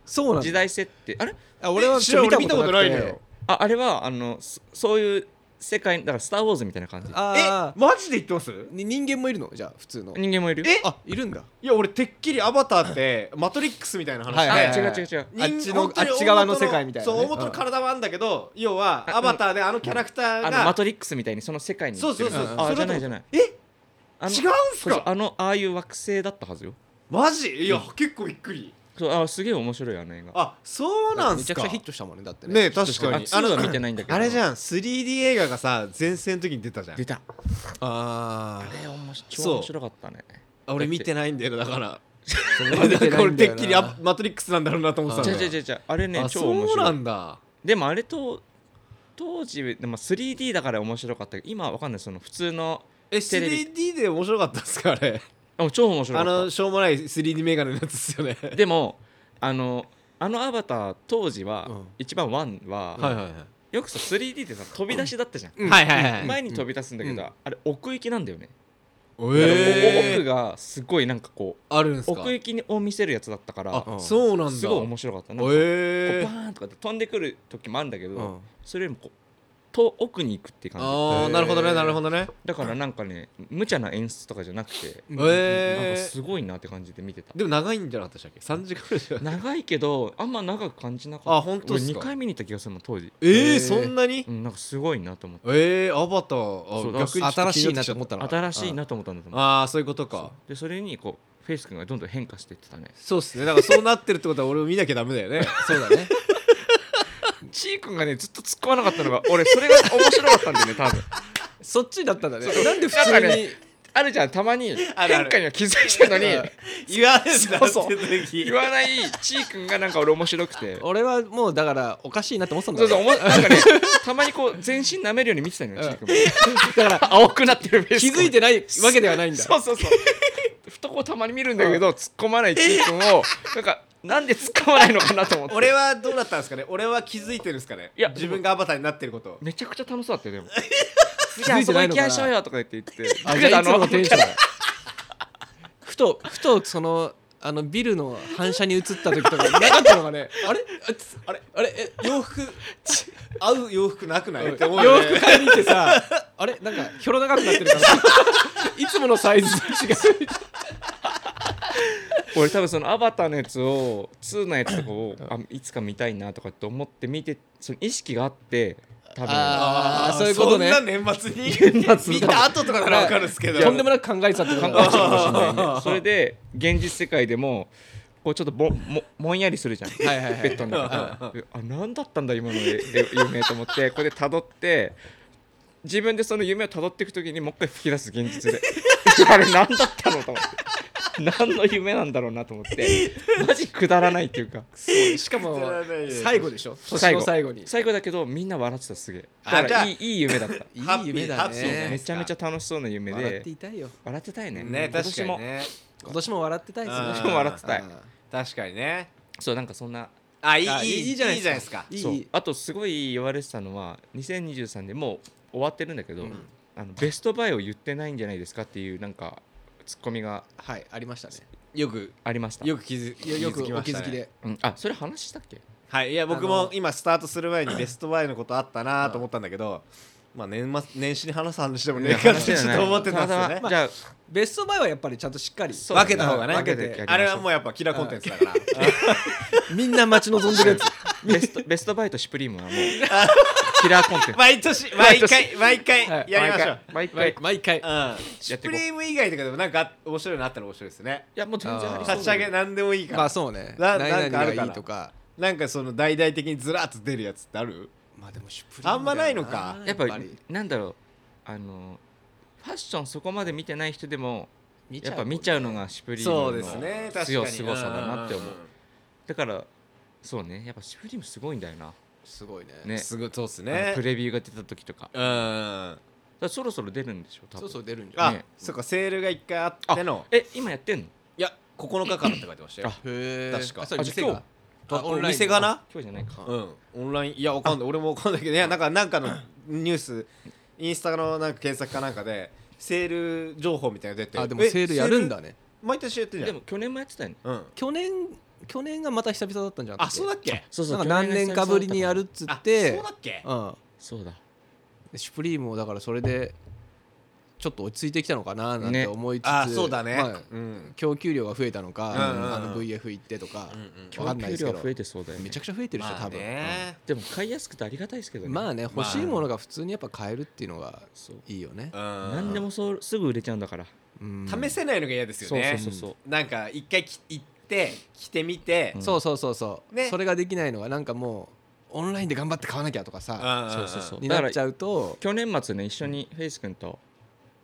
そうなんだ
時代設定あれ
あ俺は
え
ちょっ
知らん俺
とくて
見たことないのよ
ああれはあのそそういう世界だから「スター・ウォーズ」みたいな感じ
あ
えマジで言ってます
あに人間もいるのじゃあ普通の
人間もいるよ
え
あいるんだ
いや俺てっきりアバターってマトリックスみたいな話で、
はいはい
あ違う違う違う
人
あっちの
本当に
あっち側の
大元
世界みたいなね
そう大元の体はあんだけど、要はアバターであのキャラクター
あ
が
のマトリックスみたいにその世界に
そうそうそう、
行ってるあ
そ
じゃ
れだと思
ない
っ
じゃない
え違う
あの
んす
そうそう
か
あのああいう惑星だったはずよ
マジいや、結構びっくり
そうあすげえ面白いあの映画
あそうなんす
めちゃ
か
くちゃヒットしたもんねだってね
ねえ確か
あ
に
2は見てないんだけど
あれじ
ん
ゃん 3D 映画がさ前線の時に出たじゃん
出た
あ
あれ面白
そう
超面白かったね
あ俺見てないんだよだから
俺見てな い
これ
ん
て
だ
っ
よな
きりあマトリックスなんだろうなと思ってた
じ
んだ
ゃじゃ
よ
じゃじゃあれね
あ
超面
そう
白
ないんだ
でもあれと当時でも 3D だから面白かったけど今はわかんないその普通の
え
テレビ
3D で面白かったっすかあれ
あ超面白
あ
か
の
っ
しょうもない 3D メガネのやつですよね
たでもあのあのアバター当時は、
うん
一番ワンは、
はいはいはい
よくさ 3D ってさ飛び出しだったじゃん、
はいはいはい
前に飛び出すんだけど、
うん
あれ奥行きなんだよね、
え
奥がすごいなんかこう
あるんすか
奥行きを見せるやつだったから
あそうなんだ
すごい面白かったなんかこう
え
バーンとかって飛んでくる時もあるんだけど、
うん
それよりもこうと奥に行くっていう感じ
ああなるほどねなるほどね
だからなんかね無茶な演出とかじゃなくて、なん
え
か
ー
すごいなって感じで見てた
でも長いんじゃなかったでしたっけ3時間ぐらいじゃない
長いけどあんま長く感じなかった
あ本当っすか
2回見に行った気がするもん当時、
ええそんなに
うん、なんかすごいなと思って
ええアバタ
そう
ーあ
だ
逆に
新しいなと思
っ
ったの
新しいなと思ったんだと思う
ああーそういうことか
でそれにこうフェイス君がどんどん変化していってたね
そうっす ねだからそうなってるってことは俺も見なきゃダメだよね
そうだね
チー君がねずっと突っ込まなかったのが俺それが面白かったんだよね多分
そっちだったんだねなんで普
なん
通
か
に
ねあるじゃんたまに
あるある
変化には気づいてるのに
言われるんだ
そうそう
って時
言わないチー君がなんか俺面白くて
俺はもうだからおかしいなって思ってたんだ
そう
ね
そうおもなんかね たまにこう全身舐めるように見てたのよチー君も
だ から
青くなってるフェイス
気づいてないわけではないんだ
そうそうそうふとこうたまに見るんだけど突っ込まないチー君 をなんかなんで突っ込まないのかなと思って
俺はどうだったんですかね俺は気づいてるんですかね
いや
自分がアバターになってること
めちゃくちゃ楽しそうだったよでも
気
じゃ
づ
あ
い
そ
て
こ
ない
行
の
き
か
ましょう
な
よとか言って言って
あじゃあいつものテンション
だ
だふとふとそのあのビルの反射に映った時とかなかったのがね あれあつ
あれ
あれえ
洋服 合う洋服なくないって思う
洋
よね
服買いに行ってさあれなんかひょろ長くなってるから いつものサイズと違う
俺多分そのアバターのやつを2のやつとかをあいつか見たいなとかって思って見てその意識があって多分
あーそういうことね
そんな年末に
末
見た後とかなら分かるんですけど
とんでもなく考えてたってことだ
かもしれないねそれで現実世界でもこうちょっとぼももんやりするじゃん
はいはいはい
ベッドの中であ何だったんだ今のええ夢と思ってこれで辿って自分でその夢を辿っていく時にもう一回吹き出す現実で あれ何だったのと思って何の夢なんだろうなと思ってマジくだらないっていうか
そうしかも
くだらないよ
最後でしょ年の最後に
最後だけどみんな笑ってたすげえ
あ
だか
じゃあ
らいいいい夢だ った
いい
ハッピー
夢
ハッ
だ
ピーね
め
ね
ちゃめちゃ楽しそうな夢で
笑っていたいよ
笑ってたいね
ね
今
確か
年
に
も
ね
今年も笑ってたいですね
今
年も笑ってたい
確かにね
そうなんかそんな
あいい
あ
いいいいじゃないですか
いい
そうあとすごい言われてたのは2023でもう終わってるんだけど、あのベストバイを言ってないんじゃないですかっていうなんかツッコミが
はいありましたね
よく
ありました
よく気づ
よよく
き
お
まし
気
た
づ
ね
きで
うん、あそれ話したっけ
はいいや僕も
あの
今スタートする前にベストバイのことあったなと思ったんだけどまあ年末年始に話す話でもねえかなってちょっと思ってたんですよね
たまたまじゃあ
ベストバイはやっぱりちゃんとしっかり
そう
分けた方がね
分けて
分けて
やりましょう
あれはもうやっぱキラーコンテンツ だから
みんな待ち望んでるやつ
ベストベストバイとシュプリームはもうキラーコンテンツ
毎年毎 回毎回
はい
やりましょう、
毎
毎回毎回
毎回
うん
や
シ
っ
ュ
ていこう
プリーム以外とかでもなんか面白いのあったら面白いですね
いやもう全然ありそう
立ち上げなんでもいいから、
まあそうね
な
何
なんかあ
々
るか
が
ない
いとか
なんかその大々的にずらっと出るやつってある
まあでもシュプリーム
あんまないのか
やっぱ
やっぱ
り
り
なんだろうあのファッションそこまで見てない人でも
見
やっぱ見ちゃうのがシュプリ
そ
ー
う
ム
ですね
の
確か
強
に
すごさだなって思うん
んん
だからそうねやっぱシュプリームすごいんだよな
すごいね
ね
すごいそうっす
あの
ね
プレビューが出た時とかだか
うんあ
らそろそろ出るんでしょ多
そ
分
うそう出るんじゃん
ね
そっかセールが一回あっての
え今やってんの
いや9日からって書いてましたよ
あ
へ
確か
あそれ
あじ
店
ゃあ
が
あ
あオンライン
店がな
今日じゃないか
うんオンラインいやわかんない俺もわかんないけどいやなんかなんかのニュースインスタのなんか検索かなんかでセール情報みたいなの出て
あでも
え
セールやるんだね
毎年やってるじ
で
ゃん
も去年もやってたよね
うん
去年去年がまた久々だったんじゃん
あそうだっけ
そう
なんか何年かぶりにやるっつって
あそうだっけ
うん
そうだ
でシュプリームをだからそれでちょっと落ち着いてきたのかななん
ね
て思いつつ、
あそうだね
まあ
うん
供給量が増えたのか、
うんうんうん
あの VF 行ってとか、
うん
供
わかんないで
給
すけ
量
ど
増えてそうだよね
めちゃくちゃ増えてるでしょ、
まあ
多分、
ね
でも買いやすくてありがたいですけど
う
ね
んまあ
ま
ね欲
あ
しいものが普通にやっぱ買えるっていうのが
そう
いいよね、
うん
何でもそうすぐ売れちゃうんだから
うん
試せないのが嫌ですよ
そうそう
ね
そうそう
なんか一回き行って着てみて
そうそうそうそう、
ね
それができないのがなんかもうオンラインで頑張って買わなきゃとかさ、
んんん
そうそうそう
になっちゃうと
去年末ね一緒にフェイス君と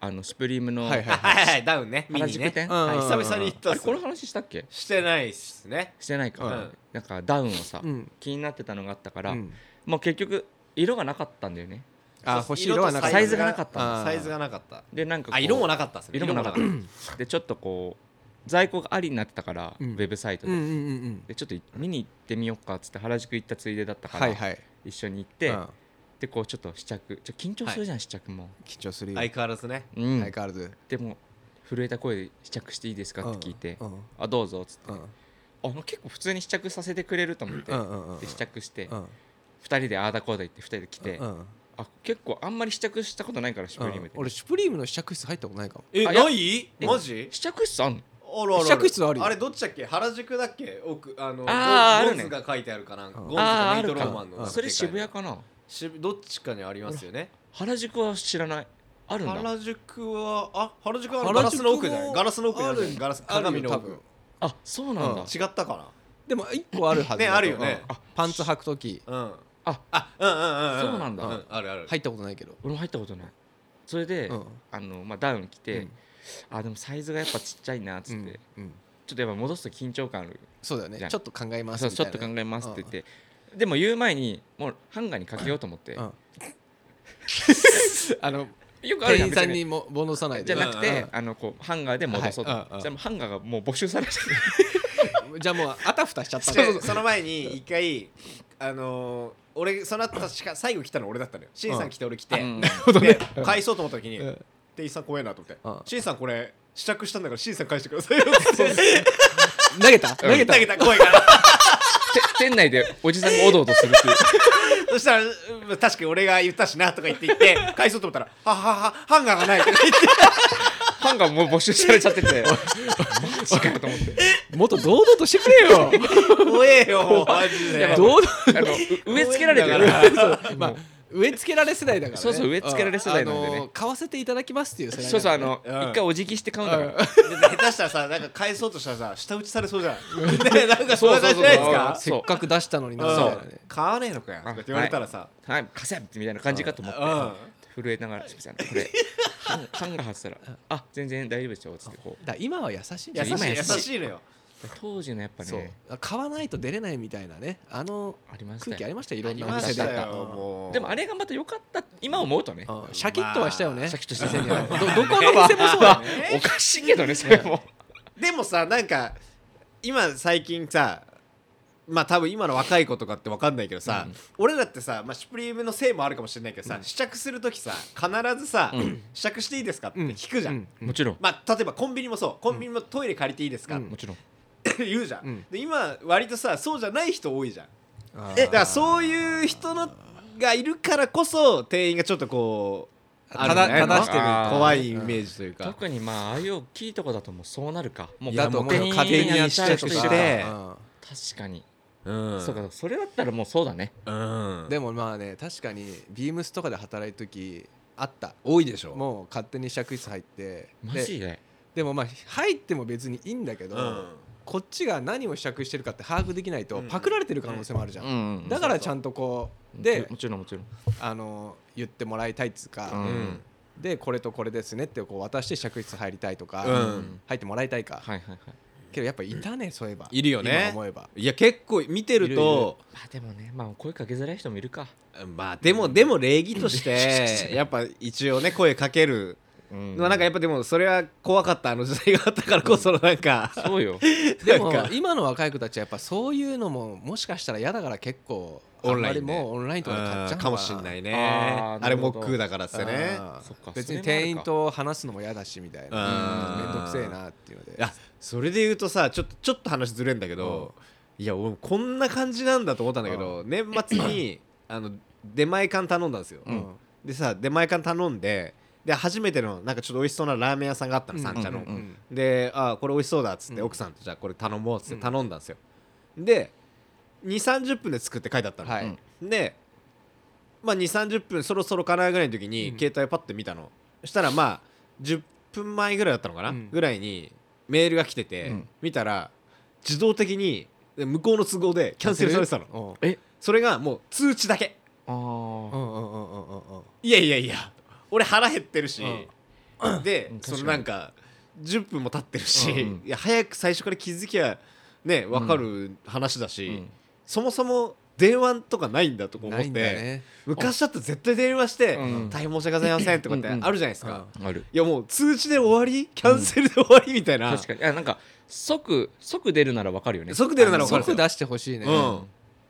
あのスプリームの
はい
あ
はい
はいはいダウンねミ
原
ニ
宿
ね
店、
うんうんうん
はい久々に行った
あ
っ
れ
す
この話したっけ
してないっすね
してないか、
うん
なんかダウンをさ、
うん
気になってたのがあったから、
うん
もう結局色がなかったんだよね
あ欲しい色はなかった
サイズがなかった
あー
サイズがなかった
でなんかこう
あ色もなかったっすね
色もなかったでちょっとこう在庫がありになってたから、
うん
ウェブサイト
うん
で,、
うんうんうん
でちょっと見に行ってみようかっつって原宿行ったついでだったから、
はいはい
一緒に行って、
うん
でこうちょっと試着ちょ緊張するじゃん、試着も、
緊張するよ、
相変わらずね
うん
相変わらず
でも震えた声で試着していいですかって聞いて、
うん
あどうぞっつって、
うん
あもう結構普通に試着させてくれると思って、
うんうんうんうん
で試着して、
うん
二人でああだこうだ言って二人で来て、
うん
あ結構あんまり試着したことないからシュプリームで、
うん俺シュプリームの試着室入ったことないかも
え
あいや
ない
え
マジ
試着室あんの
あるある
試着室あるよ
あれどっちだっけ原宿だっけ奥あのゴ
あー
ン
あるね
ゴンズが書いてあるかなんか
うん
ゴンズ
あ
か
ー
メ
あ
イト
る
ロ
か
ーマンのなんか
それ渋谷
でい
かな
渋どっちかにありますよね
原宿は知らないあるんだ
原宿はあ原宿はあの
原
ガ
宿
ラスの奥じゃない
も
ガラスの奥じゃな
あ
い
る
ガラス
あるよ
鏡の
多
奥違
分
あそうなんだ、
うん
ったか
でも一個あるはずだと
ねあるよね
うんパンツ履く時
なうん
あ
あうんうんうんうん
そうなんだ
あるある
入ったことないけど
俺も入ったことないそれで、
うん
あのまあ、ダウン着て、
うん
あでもサイズがやっぱちっちゃいなっつって、ちょ
うんうん
っとやっぱ戻すと緊張感ある
そうだよ
じゃ
ね
ん
ちょっと考えます
そう
み
ち
た
ょ
い
っ
な
と考えますって言って、でも言う前にもうハンガーにかけようと思って、
うんあの
よ くある
店
じ
員さ
ゃん
ん
別
にも戻さない
じ
で
ゃなく
うん
て、
うん
あのこうハンガーで戻そうと、
はいうんうん
じゃあもうハンガーがもう募集されて る
じゃあもうあたふたしちゃったんだ
でその前に一回あのー俺その後確か最後来たの俺だったのよしんさん来て俺来て
うん
で返そうと思った時に
うん
店員さん怖えなと思
うん
ってしんさんこれ試着したんだからしんさん返してくださいよって
投げた投げた
投げた怖いから
て店内でおじさんがおどおどするっていう
そしたらうん確かに俺が言ったしなとか言って言って返そうと思ったら「はははハンガーがない」とか言って
ハンガーもう募集されちゃっ ててマジかよと思って
もっと堂々としてくれよ
怖えよもうマジで
堂々
あのう植え付けられてる
怖いんだ
そう
まあ
もう
植え付けられ世代だからね
そうそう植え付けられ世代なんでね
あの買わせていただきますっていう世代
そうそうあ
だからね
の、
うん
一回お辞儀して買うんだから、
下手したらさなんか返そうとしたらさ舌打ちされそうじゃんねなんかそんな感じじゃないですか
せっかく出したのになみ
う
たい
ん
なね
買わねえのかよとかって言われたらさ
はい稼ぐみたいな感じかと思って、
うん
震えながらすいませんこれハン ハンガー外したら「あ全然大丈夫ですよ」っつってこう
だから今は優しいん
優
じゃ
しい
ない
今優
優
しい
しいのよ
当時のやっぱね
そう買わないと出れないみたいなねあの
ありまし
空気
た
あり
よ
ましたよいろんな
ありま
お
し
店
た
で
よでもあれがまた良かった今思うとね
うんシャキッとはしたよね
シャキッとしてた
どどこの店もそうだよね
おかしいけどねそれも
でもさなんか今最近さまあ多分今の若い子とかって分かんないけどさ、俺だってさ、まあ、シュプリームのせいもあるかもしれないけどさ、試着する時さ必ずさ、試着していいですかって聞くじゃん、
うん
もちろん
まあ例えばコンビニもそうコンビニもトイレ借りていいですか、
うん
もちろん
言うじゃん、
うん
で今割とさそうじゃない人多いじゃん
あー
えだからそういう人のがいるからこそ店員がちょっとこう
た
あ
だ
るんじゃないの
正して
る
怖いイメージというか、
特にまあああいう大きいとこだともうそうなるかもう
だと思う
勝手に
勝手にやっ
ちゃう人
と
い
か
るから
勝手にやっちゃう人いる
確かに
うん
そうかそれだったらもうそうだね
うん
でもまあね確かにビームスとかで働いた時あった
多いでしょ
もう勝手に試着室入って
マ
で
ジで
でもまあ入っても別にいいんだけど、
うん
こっちが何を試着してるかって把握できないと
うん
パクられてる可能性もあるじゃん、
ん
だからちゃんとこう
で
で
もちろんもちろん
あの言ってもらいたいっつうか、
うん
うん
でこれとこれですねってこう渡して試着室入りたいとか、
うん
入ってもらいたいか、
はいはいはい
けどやっぱいたねそういえば
いるよね
今思 えば
いや結構見てると
まあでもねまあ声かけづらい人もいるか
まあでもでも礼儀としてやっぱ一応ね声かける
うん
まあなんかやっぱでもそれは怖かったあの時代があったからこそのなんか
そ うよ
でも
なんか
今の若い子たちはやっぱそういうのももしかしたら嫌だから結構
オンラインで
あんまりもうオンラインとかで買っちゃうの
うんかもしんないね
あ
あ
ー
れも空だからっつってね
あー
そっか
別に
それもあるか
店員と話すのも嫌だしみたいな
うん
めんどくせえなっていうので
あそれで言うとさちょっとちょっと話ずれんだけど、いや俺もこんな感じなんだと思ったんだけど、年末 にあの出前館頼んだんですよ、
うん
でさ出前館頼んでで初めてのなんかちょっと美味しそうなラーメン屋さんがあったの、
うん
三茶の、
うんうんうん
であーこれ美味しそうだっつって、
うん
奥さんとじゃあこれ頼もうっつって頼んだんですよ、で2 3 0分で作って書いてあったの、
はい、
うん
で、まあ、2 3 0分そろそろかなぐらいの時に
うん
携帯パッて見たの、そしたらまあ10分前ぐらいだったのかな、
うん
ぐらいにメールが来てて、
うん
見たら自動的にで向こうの都合でキャンセルされてたの
の
それがもう通知だけ
あ
う
ー
んうんうんうんうんうん
いやいやいや俺腹減ってるし、で
うん確か
そ
に
のなんか10分も経ってるし、
うん
いや早く最初から気づきゃね分かる話だし、
うん
そもそも電話とかないんだとか思っ
な
て、
いんだね
昔だったら絶対電話して
う
「
ん
大変申し訳ございません」とかって
うんうん
あるじゃないですか、
うん
ある
いやもう通知で終わりキャンセルで終わりみたいな、
確かにあなんか即即出るならわかるよね
即出るなら分かるん
即
で
出してほしいね
すよ、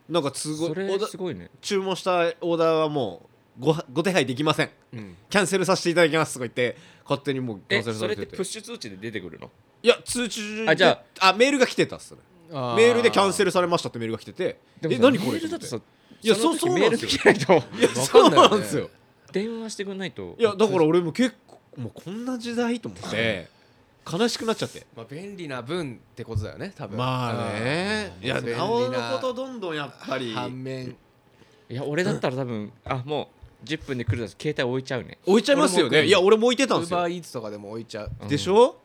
うん、なんかすごい
それ
オーダ
すごいね
注文したオーダーはもうごご手配できません
うん
キャンセルさせていただきますとか言って勝手にもうキャ
え
ンセル
そ
さ
れ
れ
って
て
プッ
て
シュ通知で出てくるの
いや通知
あじゃ
あメールが来てたっすね
あ
メールでキャンセ
ル
ルされましたってメールが来ててえ
さ
何これ
メールだとさ
いや
の時
そうそう
メ
な
ー
ん
ル
で
です
よ
きないと
いや
わ
そ
か
うん
ないよね
なんですよ
電話してくんないと
いやだから俺も結構もうこんな時代と思 って悲しくなっちゃって
まあ便利な分ってことだよね多分
まあね
うん
いや
便利
な
な
おのことどんどんやっぱり
反面
いや俺だったら多分あもう10分で来るだと携帯置いちゃうね
置いちゃいますよ
俺も
ねいや俺も置いて
ウ
たんで
ー
す
バ
よ
ーイーツとかでも置いちゃう
うん
でしょ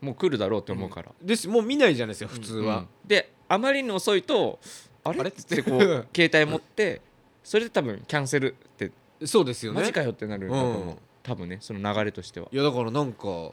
もう来るだろうって思うから
ですもう見ないじゃないですか普通
うん
は
であまりに遅いとあれ
あれ
っつ ってこう携帯持ってそれで多分キャンセルって
そうですよね
マジかよってなるんだと思
う
うん多分ねその流れとしてはい
やだからなん か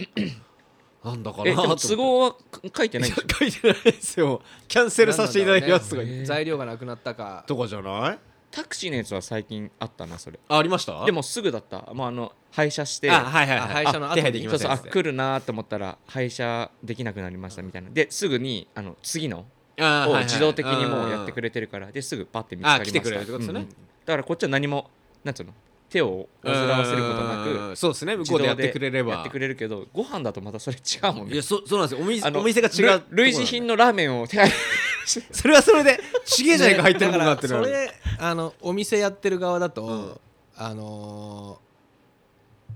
なんだかな
えで
と思
も
って
都合は書いてないんでしょ
書いてないですよキャンセルさせていただきますとか
なんだろうね
材料がなくなったか
とかじゃない
タクシーのやつは最近あったなそれ
あありました
でもすぐだったもうあの廃車して
あはいはい
あ
はい
配車の後
あ
に
手配でき
そ
ま
う
せ
そ
ん
うあ
っつって
来るなーと思ったら廃車できなくなりましたみたいなですぐにあの次の
あはい
を
はい
自動的にもうやってく
れ
れてるからですぐパッて見つかり
あ
まし
来て
た
くれるってことですよ
う
ね
んだからこっちは何もなんつうの手を煩わせることな
うん
く
そうですね向こうでやってくれれば
やってくれるけどご飯だとまたそれ違うもん
い
ね
やそそうなんですよお店
あの
お店が違う
ル類似品のラーメンを手配
それはそれ でちげえじゃないか入ってるもんなって
だ
るの
からそ
に
れあのお店やってる側だと、
うん
あのー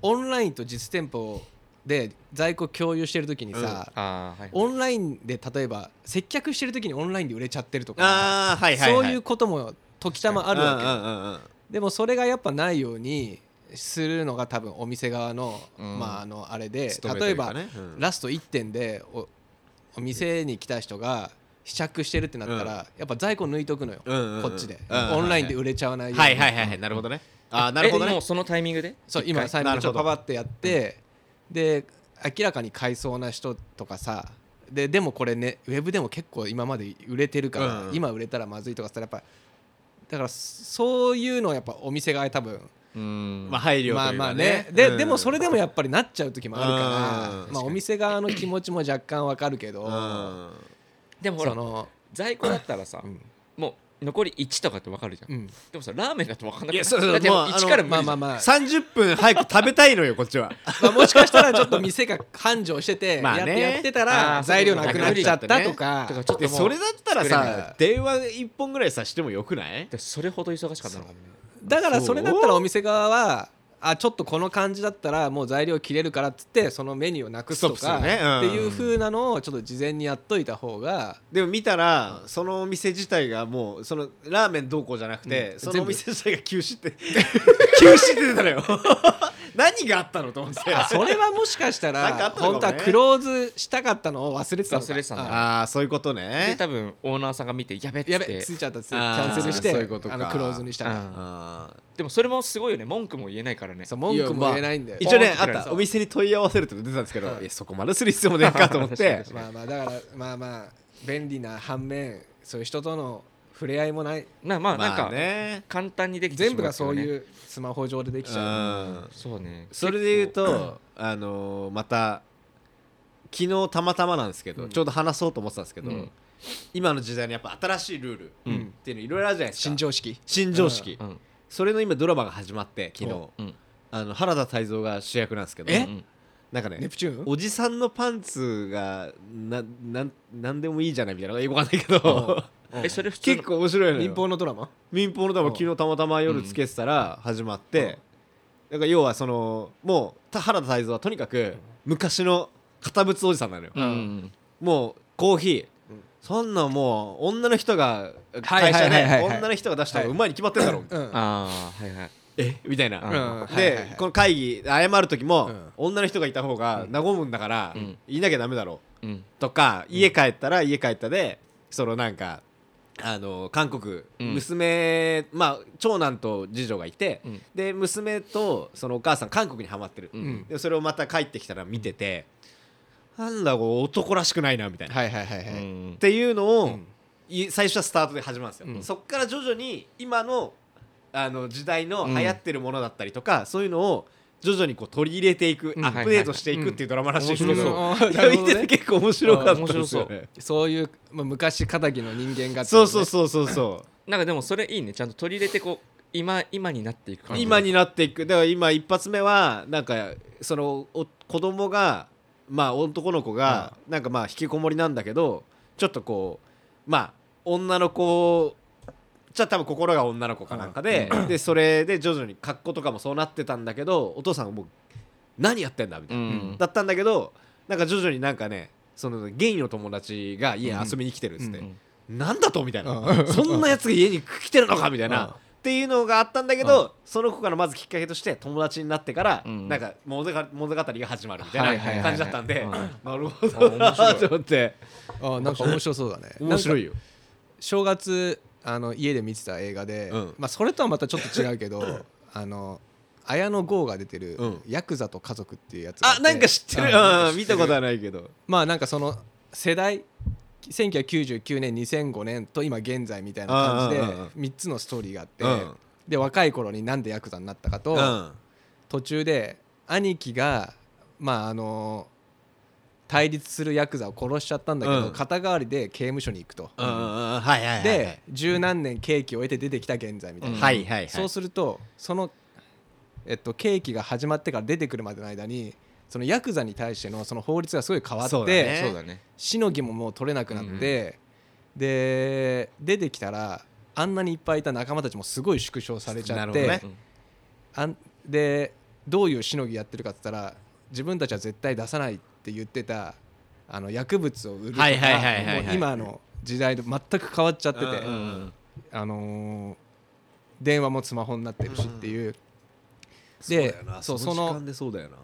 オンラインと実店舗で在庫共有してる時にさ、
あーはい
オンラインで例えば接客してる時にオンラインで売れちゃってるとか、
ああはいはいは
そういうことも時たまあ
あ
るわけ、
わ
でもそれがやっぱないようにするのが多分お店側の、
うん
まああのあれで
勤めと
例
い
え
うか
ば、
ねうん
ラスト1点でおお店に来た人が試着してるってなったら、やっぱ在庫抜いとくのよ、
うんうんうん
こっちで、
うん
オンラインで売れちゃわないように、
はいはいはいはいなるほどねああなるほど
えも
ね
うそのタイミングで
そう今最
な
後
る
ちょ
ほど
っとパパってやって、で明らかに買いそうな人とかさででもこれねウェブでも結構今まで売れてるから、
うんうん
今売れたらまずいとかさやっぱだからそういうのはやっぱお店側に多分
うん
まあ配慮
ま
と
あ
いう
ま
か
あ
ね
ねで,、
うん
でもそれでもやっぱりなっちゃう時もあるか
う
ら、
ん
まあ、お店側の気持ちも若干わかるけど、
うん
でもほ
そ
ら
の
在庫だったらさ
ん
もう残り1とかってわかるじゃん
うん
でもさラーメンだとわかんなくない
いやそうそう
だってもう
まああの
1から無理じ
ま
ゃ
あ
ん
まあまあ、
30分早く食べたいのよこっ ちは
まあもしかしたらちょっと店が繁盛して て
まあね
ややってた
あ
ら
ー
材料なくなっちゃったとか
だからちょっと
で
もう
それだったら
作れない
さ電話一本ぐらいさしてもよくない
でそれほど忙しかったの
だからそれだったらお店側はあちょっとこの感じだったらもう材料切れるからっつってそのメニューをなくすと
ストッ
か
プするねうん
っていう風なのをちょっと事前にやっといた方が
でも見たらそのお店自体がもうそのラーメンどうこうじゃなくて、
うん
その
全
お
部
店自体が休止って 休止って出たのよ 何があったのと思って
あ それはもしかした
なんかあった
ら
のかもね
本当はクローズしたかったのを忘れてたのか
忘れてたんだ
あ
ああそういうこと
で
ね
多分オーナーさんが見てやべっつ
や
っ
べ
て
ついちゃったっつってキ
あー
ャンセルし
そ
て
ういうことか
あのクローズにした
う
の
ん
あー
でもそれもすごいよね文句も言えないからね
そう文句も言えないんだよ
一応ね
ポ
あ
ン
っ
と
たお店に問い合わせるっての出たんですけど、いやそこまでする必要もねえかと思っ
確か
て
に
まあまあだからまあまあ便利な反面そういう人との触れ合いもない
なまあなん
まあ
か
ね
簡単にできてしま
全部がそう
う
いうスマホ上ででき
う
ちゃうん
そうね
それで言うと、あのーまた昨日たまたまなんですけど、
うん
ちょうど話そうと思ってたんですけど、
うん
今の時代にやっぱ新しいルール
うん
っていうのいろいろあるじゃないですか
新常識
新常識、
うん
それの今ドラマが始まって昨日
うん
あの原田泰造が主役なんですけど
う
え
ん
なんかね
ネプチューン
おじさんのパンツがななんなんでもいいじゃないみたいな英語がないけど
えそれ普 通
結
の
構面白いのよ
民放のドラマ
民放のドラマ
うん
昨日たまたま夜つけてたら始まって、だから要はそのもう田原田泰造はとにかく昔の堅物おじさんなのよ、
うん
もうコーヒー、
ん
そんなんもう女の人が
は
会
いはいは
社
いはい
で女の人が出した方がうまいに決まってんだろ、
うん
ああはいはい
えみたいな、
うん
うん
で、
はいはいはい
この会議謝る時も、
うん
女の人がいた方が和むんだから、
うん
言いなきゃダメだろ
うん
とか、家帰ったら家帰ったでそのなんかあの韓国、
うん
娘まあ長男と次女がいて、
うん
で娘とそのお母さん韓国にハマってる、
うん
でそれをまた帰ってきたら見てて、なんだこう男らしくないなみたいな、
はいはいはいは
う
い
ん
っていうのを、
うん
い最初はスタートで始まるんですよ、
うん
そっから徐々に今のあの時代の流行ってるものだったりとか、そういうのを徐々にこう取り入れていく、
うん
アップデートしていくっていうドラマらしいですけど、
うん
面
そ
白そう う
見てて結構面白かったんですよ
あ面
ね
そういう、まあ、昔仇の人間がってい
そうそう
ね
そうそうそ
なんかでもそれいいねちゃんと取り入れてこう今今になっていく
う
感じ
今になっていくだから今一発目はなんかそのお子供がまあ男の子がなんかまあ引きこもりなんだけどちょっとこうまあ女の子じゃあ多分心が女の子かなんかで、でそれで徐々に格好とかもそうなってたんだけどお父さんがもう何やってんだみた
う
いな、
ん
だったんだけどなんか徐々になんかねそのゲイの友達が家遊びに来てるっつって、
うん
なんだとみたいな、
うん
そんなやつが家に来てるのかみたいな、
うん
っていうのがあったんだけど、その子からまずきっかけとして友達になってから、
うん
なんか物語物語が始まるみた
はい
い
はいはい
な
は
感
い
じだったんで、
うん
なるほどな
あ面白い
と思って
あなんか面白そうだね
面白
なんか
いよ
正月あの家で見てた映画で、
うん
まあ、それとはまたちょっと違うけどあの綾野剛が出てる、
うん
ヤクザと家族」っていうやつがあ
あ
って
なんか知ってる、
あなんか
うん見たことはないけど
まあなんかその世代1999年2005年と今現在みたいな感じで
うんうんうんうん
3つのストーリーがあって、
うん
で若い頃になんでヤクザになったかと、
うんうん
途中で兄貴がまああの対立するヤクザを殺しちゃったんだけど、
うん
肩代わりで刑務所に行くと、
うんうんはいはいはい
で十何年刑期を終えて出てきた現在みたいな、
はいはいはい
そうするとその、えっと、刑期が始まってから出てくるまでの間にそのヤクザに対してのその法律がすごい変わって
そうだね
そうだね
しのぎももう取れなくなって、で出てきたらあんなにいっぱいいた仲間たちもすごい縮小されちゃ
な
っ
るほ
て、
どね
あんでどういうしのぎやってるかって言ったら自分たちは絶対出さないって言ってたあの薬物を売るとか
はいはいはいはいはい
もう今の時代と全く変わっちゃってて、
うんうんうん
あのー電話もスマホになってるしっていう、
そう
で
だよな
そう
そ
そ
の時
の
間でそうだよな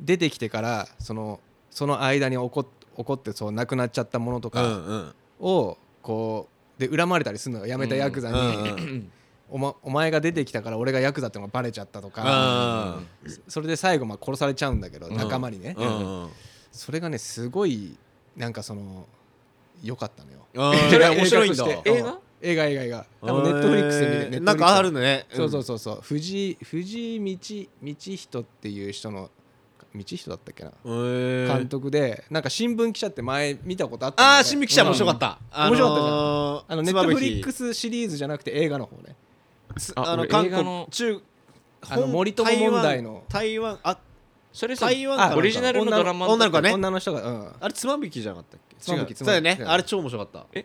出てきてからそのその間に起こ起こってそう亡くなっちゃったものと
う
か、
んうん
をこうで恨まれたりするのよやめたヤクザ
う
に、
んうん
おま「お前が出てきたから俺がヤクザってのがバレちゃった」とか、
うん
それで最後まあ殺されちゃうんだけど、
うん
仲間にね、
うんうんうん
それがねすごいなんかその良かったのよ
それ面白いんだ
映画として
映画
映画映画映画多分ネットフリックスで見
え
て
ーなんかある
の
のね
そうそう
そ
そうそう藤井藤井道道人っていう人の道人だったっけな
うん
監督でなんか新聞記者って前見たことあったんだ
あ
よ
あ新聞記者面白かった、あのー
面白かったじゃんあのネ
つ
ット
まぶ
フ
き
リックスシリーズじゃなくて映画の方ね
つ
あ
あの
俺
韓
映画
国
の
中
あの
本
森友問題の
台湾台湾あ
それさ
台湾かなんか
オリジナルのドラマ
女の子ね
女の人が、うん、
あれつまぶきじゃなかったっけ
つまぶき
違う
つ
そ
まぶき
うだよね
つまぶき
あれ超面白かった
え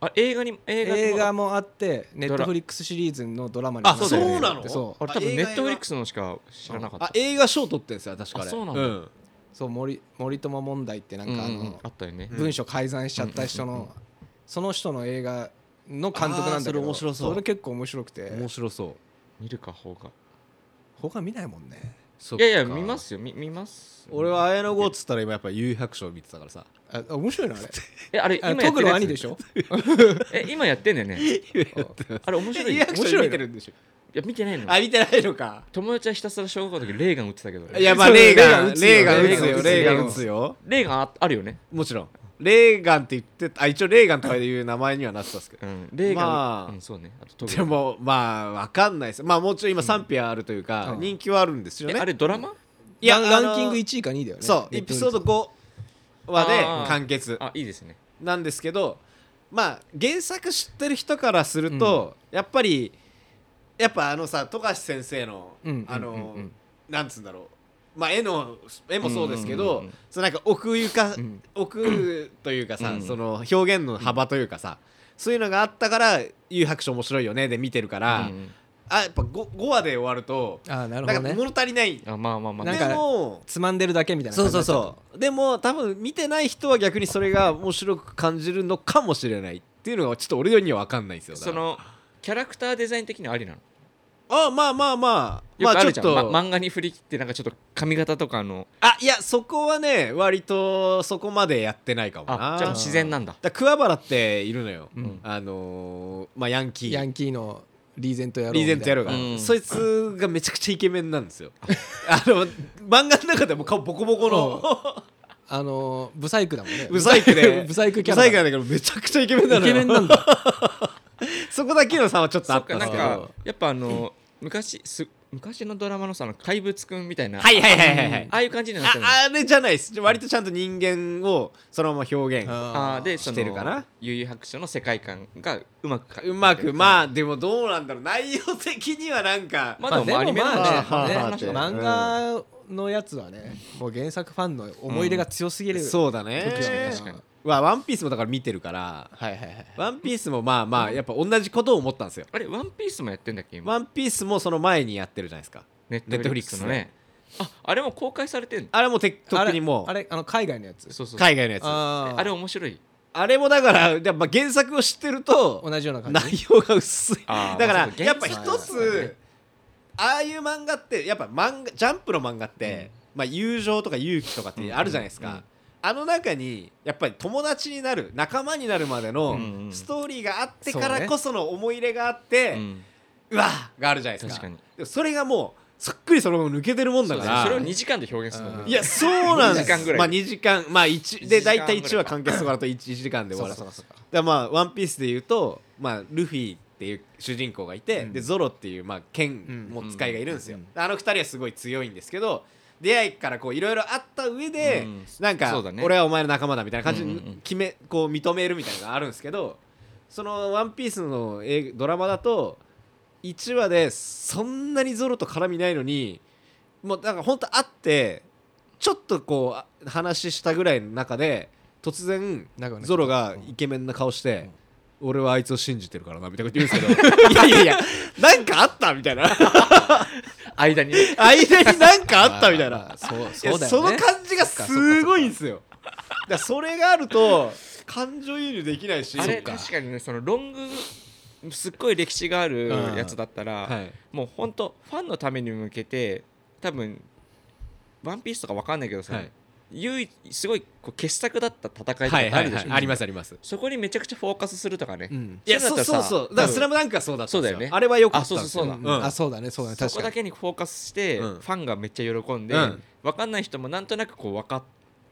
あ映画に映画にも
映画もあってネッ
ド
ト
ラ
フリックスシリーズのドラマに
あ
もなって
そ
る
うなの
そう
あれ多
あ
分
映
ネ
画
ットフリックスのしか知らなかった
あ映画賞取ってんすよ確かあれ
あそうなんだ
ん
そう森森友問題ってなんかあ
うんうんうん
の
あったよね
文章改ざんしちゃった人
うんうんう
のその人の映画の監督なんだけど
あーそれ面白そう
れ結構面白くて
面白そう
見るか方が
他見ないもんね
そっ
い
か
やいや見ますよ見見ます
俺は綾野剛っつったら今やっぱ優白書見てたからさ
ああ面白いなあれ
えあれ今
あ
やっ
ト
て
グ
る
の
や
兄
つ
でしょ
え今やってんだよ ねあれ面白い
優
よ
白
面
書
白
見
いの
てるんでしょ
いや見てないの
あ見てないのか
友達はひたすら小学校の時レーガン打ってたけど
いやまあレーガン
そうレ
レ
ー
ー
ガ
ガ
ン
ン
撃
撃
つ
つ
よ
よ
レ
レ
ー
ー
ガ
ガン
ン撃
撃
つ
つよ
レーガンああるよね
もちろんレーガンって言ってあ一応レーガンとかいう名前にはなってたんですけど
うんレーガン、
まあ
うんそうねあとトグ
でもまあわかんないですまあもうちろん今賛否あるというか
うん
人気はあるんですよ
え
ね
あれドラマ
いや
ラン
あの
ランキング1位か2位だよね
そうエピソード5話
あー
で完結
あいいですね
なんですけどまあ原作知ってる人からすると、やっぱりやっぱあのさ富樫先生の、
うんうんうんうん
あのなんつうんだろうまあ絵の絵もそうですけ
うんうん
ど、
うんうん
そのなんか奥ゆか、
ん
奥というかさ、
うん
その表現の幅というかさ、そういうのがあったから「優白書面白いよね」で見てるから、
うん
あやっぱ 5, 5話で終わると
あーなるほ
な
ど
んか
ね
物足りない。
あまあまあまあ
なんか
でも
つまんでるだけみたいな
そう
感じ
そう
になっちゃった
そうでも多分見てない人は逆にそれが面白く感じるのかもしれないっていうのがちょっと俺には分かんないんですよだか
そ
ら
のキャラクターデザイン的にはありなの
あまあまあまあ
よ
ま
くあ
あ
る
ち
じ
ょ
ゃ
っ
ん、
と、
ま漫画に振り切ってなんかちょっと髪型とかの
あいやそこはね割とそこまでやってないかも
あ
な
じゃあ自然なんだ
だから桑原っているのよ、
ん
あのーまあヤンキー
ヤンキーのリーゼント野郎
リーゼントやろう
み
が、
みたいなうん
そいつがめちゃくちゃイケメンなんですよ あの漫画の中でも顔ボコボコの
たいなあのーブサイクだもんね
ブサイクで
ブサイクキャ
ブ
ラ
サイクなんだけどめちゃくちゃイケメンな
イ
のよ
ケメンなんだ
そこだけの差はちょっと
そ
あ
っ
った
か
ん
な
です
ん
け
か
ど。
やっぱあの昔す昔のドラマのさあの怪物くんみたいな、
はいはいはいはいはい。
ああいう感じになってるの
ああれじゃないです。割とちゃんと人間をそのまま表現。
あーで
し
その
てるかな
悠々白書の世界観がうまくか
うまく、ま
あ
あでもどうなんだろう。内容的にはなんか。
ま
まあ
あ
で
で
もまあね
もアニメなんで
まあね
話だから
まあ
漫画のやつはねもう原作ファンの思い入れが強すぎる、
そうだね
時はね。
確かに
わワンピースもだから見てるから、
はいはいはい
ワンピースもまあまあ、やっぱ同じことを思ったんですよ。
あれワンピースもやってんだっけ今
ワンピースもその前にやってるじゃないですか。
ネ
ットフリックス
のねああれも公開されてんの
あれもてとっ
あ
く
れ
にも
あ
う
れあの海外のやつ
そうそうそう
海外のやつ。あ
あ
えあれ面白い
れもだから、やっぱ原作を知ってると、
同じような感
内
じ
容が薄い
あー
だか
ま
ら
あそうか
やっぱ
現
一
実はね
つああいう漫画ってやっぱ漫画ジャンプの漫画って、まあ、友情とか勇気とかってあるじゃないですか、
うんうん
あの中にやっぱり友達になる仲間になるまでの
うんうん
ストーリーがあって
そう
か
ね
らこその思い入れがあってう,、
うん
わがあるじゃないですか
確かに
でもそれがもうそっくりそのまま抜けてるもんだ
そう
か
ですね
ら
それを2時間で表現するの
うん
いやそうなんです
2時間ぐらい
まあ2時間まあ1で
1時間ぐら
大
いか
体1話完結とかだと 1, 時間で終わらせ
そうそうそう
だからまあ「ワンピースで言うと、まあ、ルフィっていう主人公がいて、でゾロっていう、まあ、剣も使いがいるんですよ、
うん
あの二人はすごい強いんですけど出会いからこういろいろあった上で、
うん
なん
そ
か、
うだね
俺はお前の仲間だみたいな感じ
うん
で
うんうん
決め、こう認めるみたいなのがあるんですけどその「ワンピースの映ドラマだと1話でそんなにゾロと絡みないのにもうなんか本当会ってちょっとこうあ話したぐらいの中で突然
仲良くなっちゃった
ゾロがイケメンな顔して「俺はあいつを信じてるからな」みたいなこと言うんですけ どいやいやいやなんかあったみ たいな
間に
間になんかあったみたい
まあま
な
あそう
いや
そうだ
そ
よ
の
ね
感じがすごいんですよだからそれがあると感情移入できないし
あれ
そっ
確かにねそのロングすっごい歴史があるやつだったら、
はい
もうほんとファンのために向けて多分「ワンピースとかわかんないけどさ、
はい
唯一すごいこう傑作だった戦いと
は
かっ
い
てあ
は
る
い
で
は
しょ、
いありますあります
そこにめちゃくちゃフォーカスするとかね、
うん
いや
そう
そ
だ
う
った
そう
らさ
そうだから
多分
スラムダンクはそうだったんです
そうだよね
あれは良かったんです
あそうだ
ん
あそうだねそうだね
そ
確
こ
か
だ
に
けにフォーカスして、
うん
ファンがめっちゃ喜んで、
う
わ
ん
分かんない人もなんとなくこう分かっ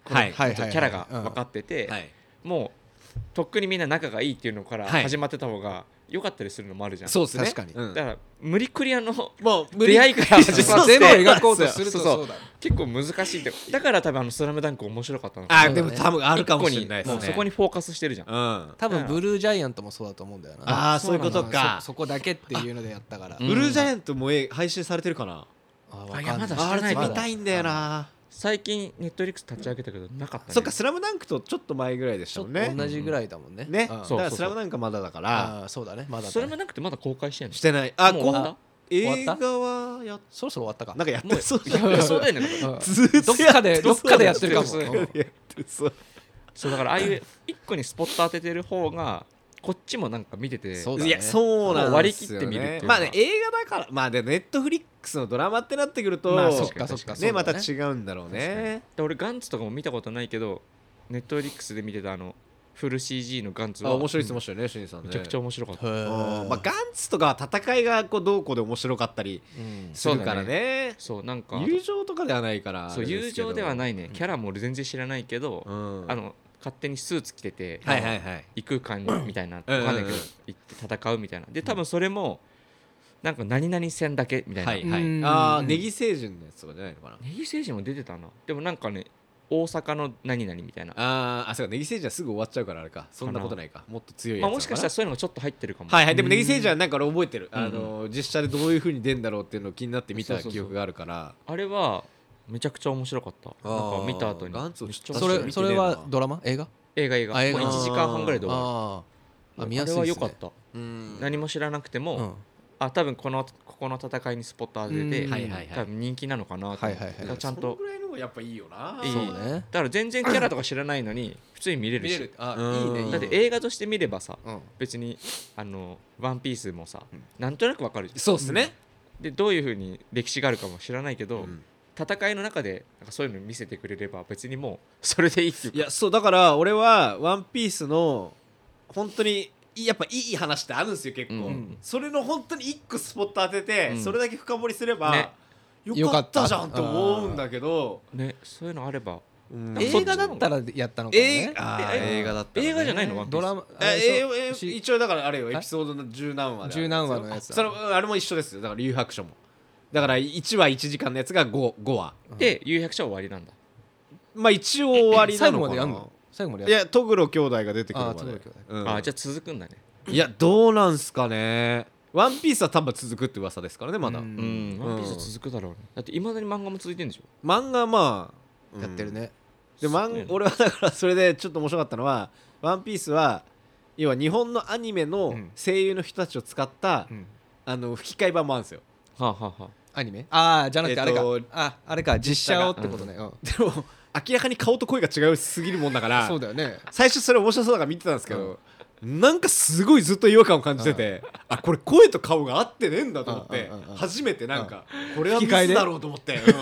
はい
はい
ちょっとキャラが分か
っ
ってて、
はい
もうとっくにみんな仲がいいっていうのから
はい
始まってた方が良かったりするのもあるじゃん、
そうですね
確かに
うん
だから無理クリアの
もう無理
出会いから始まっ
全
て
部描こうとすると
そうそう
そうだ
結構難しいってだから多分あの「スラムダンク面白かったの
あ
そうだ
でも
ね
多分あるかもしれない
一個
です
にもう
ね
そこにフォーカスしてるじゃん
うんあ
多分ブルージャイアントもそうだと思うんだよな
あーそういうこと
うん
か
そそこだけっていうのでやったから
うん
ブルージャイアントもえ配信されてるかな
あ
あいやま
あ
だ知らない
れ
まだ
見たいんだよな
最近ネットリックス立ち上げたけどなかったね
そっか「スラムダンクとちょっと前ぐらいでし
ち
た
ょ
も
っ
ん
と
ね
同じぐらいだもんね。
ねだ
あ
そう
から「スラムダンクまだだから
あーそうだねまだだね
それもなくてまだ公開してんの
してないあ
もう
こ
終わ
う
っ
映画はやっ
そろそろ終わったか
なんかやっ
も
て
う
そう
たいやそうだよね
うん
ずーっ
どっかでどっかでやってるかも
そう
どっかでやってそう
そうだからああいう一個にスポット当ててる方がこっちもなんか見てて
そうだね
いやそうなんですよ、ね、
割り切って見るっていうか
まあね映画だからまあでネットフリックスのドラマってなってくると、
まあそっ
確かに
かそっか
確
そ
ね
うだね
また違うんだろうね
で俺ガンツとかも見たことないけどネットリックスで見てたあのフル CG のガンツ
あ
は
面白いっ
う
て言ってま
ん
したよね、しんさんね
めちゃくちゃ面白かった、
うんまあ、ガンツとかは戦いがこうどうこうで面白かったり
うん
するからね
そうなんか
友情とかではないから、
そう友情ではいないねキャラも俺全然知らないけど、
うん、
あの勝手にスーツ着てて、
はいはいはい
異空間みたいなわ
うん
かんないけど
うん
行って戦うみたいなで多分それもなんか何々戦だけみたいな、
はいは
う
い
ん
ああネギ星人のやつとかじゃないのかな
ネギ星人も出てたなでもなんかね大阪の何々みたいな
あーあそうかネギ星人はすぐ終わっちゃうからあれかそんなことないかもっと強いや
まあ、
つ
もしかしたらそういうのがちょっと入ってるかも、
はいはいでもネギ星人はなんか俺覚えてる
うん
あの実写でどういうふうに出るんだろうっていうのを気になって見
そ
た
うそうそう
記憶があるから
あれはめちゃくちゃ面白かった
あー
なんか見た後に
ガンツをちょっと
そ
確か
れ
に
それはドラマ映画
映画映画
あ映
も
画
う1時間半ぐらいで終わ
あー
る
あ見やすい
あれは
で
良
す
か
ね
った、
うん
何も知らなくても、
うん
あ多分このここの戦いにスポット当てて、
うん
はいはいはい
多分人気なのかなと思って、
はいはいはい
だからちゃん
その
と
ぐらいの方がやっぱいいよない
い
そうね
だから全然キャラとか知らないの に普通に見れる
見
し
れるあ
うん
いいねいいね
だって映画として見ればさ
うん
別にあの「ワンピースもさなんとなくわかるじゃん
そうですね
でどういうふうに歴史があるかも知らないけ
う
ど、
ん
戦いの中でなんかそういうの見せてくれれば別にもうそれでいいっていう
い
か
やそうだから俺は「ワンピースの本当にいいやっぱいい話ってあるんですよ結構、
うん
それの本当に一個スポット当てて、
うん
それだけ深掘りすれば、
ね
よかったじゃんって思うんだけど、
ねそういうのあれば
うん
え
映画だったらやったのかも
え
ね
あー
ええ
映画だったらね、
映画じゃないのワンピ
ド
ース
ラマ
え
あれそう
えええ
し
一応だからあれよ
え
エピソードの十何話で
十何話のやつだ
それあれも一緒ですよだから「竜白書」もだから1話1時間のやつが 5, 5話
で有百社終わりなんだ
まあ一応終わりな
最
の
後
かな
までやんの最後まで
い
やん
やトグロ兄弟が出てくるま
あ
で
トグロ兄弟
うん
あじゃあ続くんだね
いやどうなんすかねワンピースは多分続くって噂ですからねまだ、
うん
うん「ワンピース続くだろうねだっていまだに漫画も続いてるんでしょ
漫画まあ、
のやってるね
で漫
そうね
俺はだからそれでちょっと面白かったのは「ワンピースは要は日本のアニメの
うん
声優の人たちを使った、
うん
あの吹き替え版もあるんですよ
はあ、はあは
アニメああじゃなくてあれか
えっと
ああれか実写をってことねうん
でも明らかに顔と声が違うすぎるもんだから
そうだよね
最初それ面白そうだから見てたんですけど、なんかすごいずっと違和感を感じてて、あこれ声と顔が合ってねえんだと思って、
うんうんうんうん
初めてなんか、これはミ
吹
ス
き替えで
だろうと思 って、うん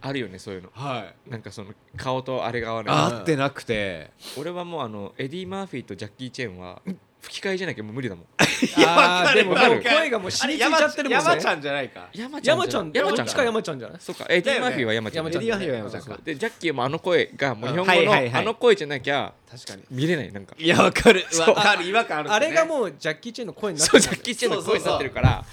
ああるよねそういうの
はい
なんかその顔とあれが合わない
合ってなくて
俺はもうあのエディ・マーフィーとジャッキー・チェンは吹き替えじゃなきゃもう無理だもん
いや
あー
わかる
でも
わかる
もう声がもう染みついちゃってるもんね
山山ちゃんじゃないか
山
山ちゃん
山ち
ど
ゃ
っ
ん
ちか山ちゃんじゃない
そうかエディ・マーフィーは山ちゃん
山ちゃん
エディマーフィーは山ちゃんか
そうそうでジャッキーもあの声がもう日本語
はいはい
の
は
あ
い
の声じゃなきゃ
確かに
見れないなんか
いやわかる
そう
わかる違和感あるん
あ
だよ
れ
ね
がもうジャッキー・チェンの声になっ
そう
て
ジャッキー・チェンの声になってるから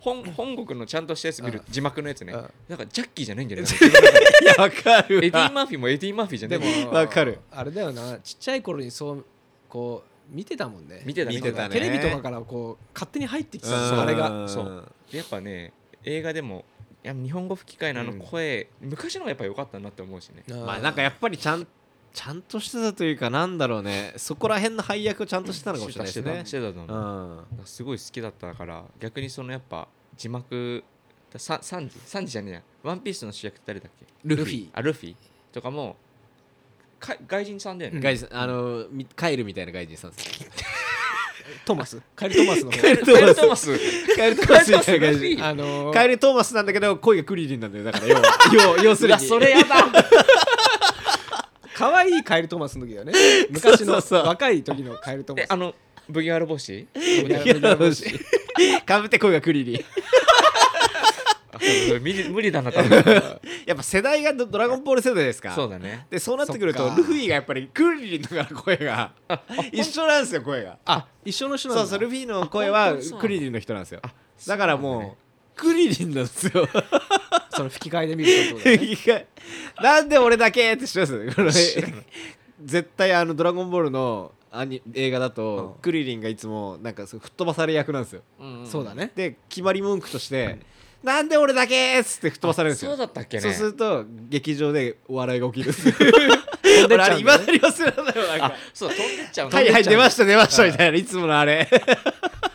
本本国のちゃんとしたやつ見る字幕のやつね
うん
なんかジャッキーじゃないんじゃない
いやわかるわ
エディ・マーフィーもエディ・マーフィーじゃな
で
い
も
わかる
あれだよなちっちゃい頃にそうこう見てたもんね
見てた
見てたね
テレビとかからこう勝手に入ってきてた
うん
のあれが
うん
そうやっぱね映画でもいや日本語吹き替えのあの声、昔の方がやっぱ良かったなって思うしね
まあなんかやっぱりちゃんちゃんとしてたというかなんだろうねそこら辺の配役をちゃんとしてたのかもしれない
してた
で
し
すね
てたと思う
う
だ
ん
からすごい好きだったから逆にそのやっぱ字幕ださサンジサンジじゃねえやワンピースの主役って誰だっけ
ルフィ
あルフィとかもか外人さんだよね、
外人あのみカエルみたいな外人さんです
トーマスカエル・トーマスの方
エル
カエルトーマス
カエルトーマスみたいな外
カエルトーマスルフィ
人
ー
あのー
カエルトーマスなんだけど声がクリリンなんだよだから要は要要す
う
る
わ
に
それやだ
可愛いカエル・トーマスの時だよね昔
そ
の
うそうそう
若い時のカエル・トー
え
マ
あのブギャル帽子
ス
いやしい かぶって声がクリリン
あそう無理無理だな多分
やっぱ世代がドドラゴンボール世代ですか
そうだね
でそうなってくる
そ
と
っか
ルフィがやっぱりクリリンだから声が一緒なんですよ声が
あ一緒の人な
そ
んだ
うそうル
フ
フィの声はクリリンの人なんですよだからもうクリリンなんですよ
その吹き替えで見るとってことだよね
なんで俺だけってしますこれ絶対あの「ドラゴンボールの」アニ映画だと、
うん
クリリンがいつもなんかそう吹っ飛ばされ役なんですよ
そうだね
で決まり文句として、なんで俺だけーっつって吹っ飛ばされるんですよ
そうだったっけね
そうすると劇場で笑いが起きるんですよ
飛んで
俺
っち
あ
ゃ
れ
うん
い
だ
ま
ね
だに忘れられないよなん
あ
か
そうだ飛んでっちゃう
はいはい出ました出ましたみたいないつものあれ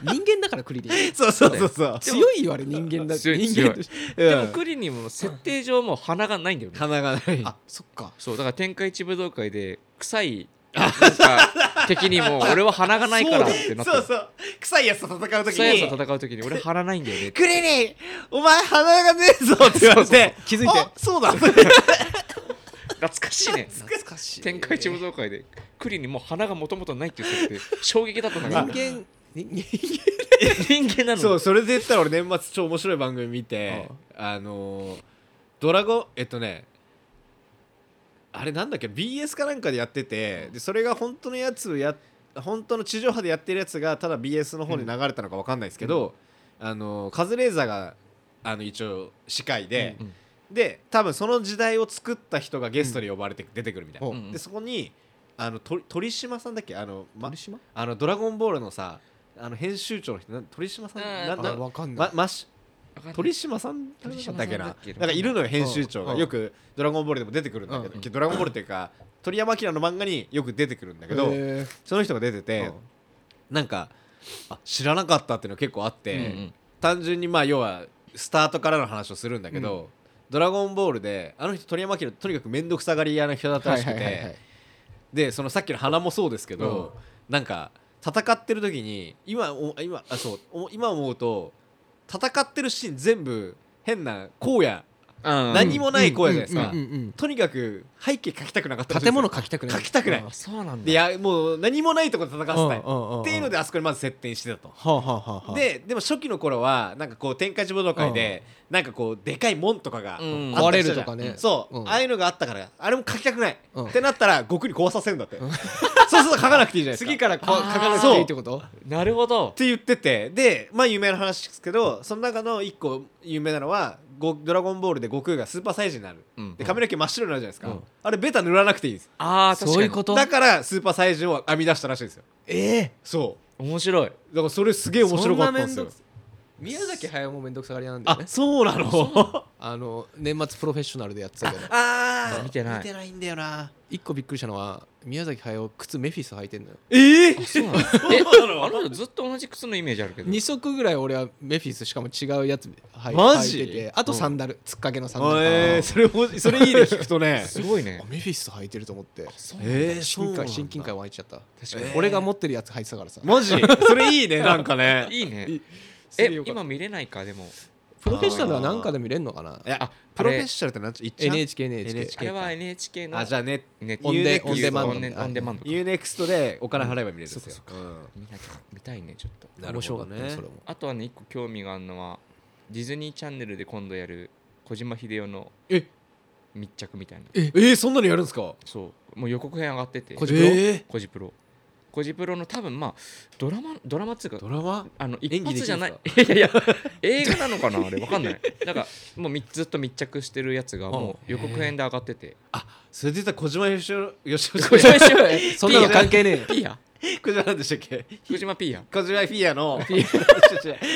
人間だからクリリン
そうそうそうそう
強いよあれ人間だ
強い
人間として
で
う
も
ん
クリにも設定上もう鼻がないんだよね
鼻がない
あそっか
そうだから天下一武道会で臭いなんか敵にも俺は鼻がないからってなって
そうそう臭いやつと戦う時
臭いやつ
に
と戦う時に俺鼻ないんだよねって
クリリンお前鼻がねえぞって言われて
そうそう気づいて
あそうだ
懐かしいね
懐かしい
天下一武道会でクリにもう鼻がもともとないって言ってて衝撃だったん
人
だ
間
けど
人間
人間なのに
そうそれで言ったら俺年末超面白い番組見てあのードラゴンえっとねあれなんだっけ BS かなんかでやっててでそれが本当のやつや本当の地上波でやってるやつがただ BS の方に流れたのかわかんないですけど、あのーカズレーザーがあの一応司会で、
うん
で多分その時代を作った人がゲストで呼ばれて出てくるみたいな、
うんうん
でそこにあのと鳥島さんだっけあの、ま
鳥、島
あのドラゴンボールのさあの編集長の人なん鳥島さん
うん
な
あ
な
わかんない
ま、マッシュ
わかんない
鳥島さんだ
鳥島さ
っ
んだ
た
っ
っ
け
けな
な
なんかいるのよ編集長
う
が
ん
よく「ドラゴンボール」でも出てくるんだけど、
うん
ドラゴンボールっていうか鳥山明の漫画によく出てくるんだけど、
へー
その人が出てて、
うん
なんかあ知らなかったっていうの結構あって、
うんうん
単純にまあ要はスタートからの話をするんだけど「ドラゴンボールで」あの人鳥山明とにかく面倒くさがり屋の人だったらしくて、
はいはいはいはい
でそのさっきの花もそうですけど、なんか戦ってる時に今お今あそうお今思うと戦ってるシーン全部変な荒野
うん
何もない荒野じゃないですか、
うんうんうんうん
とにかく背景描きたくなかったらしいです
建物描きたくない
描きたくない
あそうなん
で
だ
いやもう何もないとこで戦わせたい
うんうんうんうん
っていうのであそこにまず設定してたと。
はあはあはあはあ
ででも初期の頃はなんかこう天下一武道会でなんかこうでかい門とかが
うん
あったりした
壊れるとかね
じゃんそう、
うん
ああいうのがあったからあれも書きたくない、
うん
ってなったら悟空に壊させるんだって、そうすると書かなくていいじゃないですか
次からこう
あ
書
ー
かなくていいってこと
なるほど
って言っててでまあ有名な話ですけどその中の一個有名なのは「ごドラゴンボール」で悟空がスーパーサイジになる、
うん
で髪の毛真っ白になるじゃないですか、
うん
あれベタ塗らなくていいんです
ああ確かに
そういうこと
だからスーパーサイジを編み出したらしいんですよ
ええ
そ
面白い。
うだからそれすげえ面白かったんです
そんな面倒
よ
くさ宮崎駿もめんどくさがり屋なんだよ
あ
ね
そうなの
あの年末プロフェッショナルでやってたけど
あー
見てない
見てないんだよな
一個びっくりしたのは宮崎駿靴メフィス履いてんのよ
ええ
そうなのえ、あの人ずっと同じ靴のイメージあるけど。
2足ぐらい俺はメフィスしかも違うやつ履い
マジ
履いててあとサンダルつっかけのサンダル
えー、それもそれいい ね聞くとね
すごいね
あ。メフィス履いてると思って
そう
えー、そう
親
なんだ
近感親近感湧いちゃった
確かに
えー
俺が持ってるやつ履いてたからさ
マジそれいい ねなんかね
いいね。
すげ
え
よ、かった
今見れないか、でも。
プロフェッショナルは何かで見れるのかな
えあ
あ
プロフェッショナルってなんちゅういっちゃう
NHK NHK
あれは NHK の。
あじゃあね
ね
オンデオンデマンド
オン
あ
オンデマンドか。
ユーネクストでお金払えば見れるんですよ
そ、見なきゃ見たいね、ちょっと。
うんなる
面白
ほ
か
ど
ったね
ね
それも
あとはね、一個興味があるのは、ディズニーチャンネルで今度やる小島秀夫の
え
密着みたいな。
えー、そんなのやるんですか
そう。もう予告編上がってて。
コジプロ
え
コジプロ。コジプロの多分まあ、ドラマ、ドラマっつうか
ー、ドラマ
あの一
演技できるん
発
すか
じゃない。いや いやいや、映画なのかなあれわかんない。なんかもうみずっと密着してるやつがもう予告編で上がってて。
それで言ったら小島よしおよしお
小島しお
そんなの関係ねえよ
ピーヤ。
小島なんでしたっけ
小島ピーヤ。
小島フィアの違う違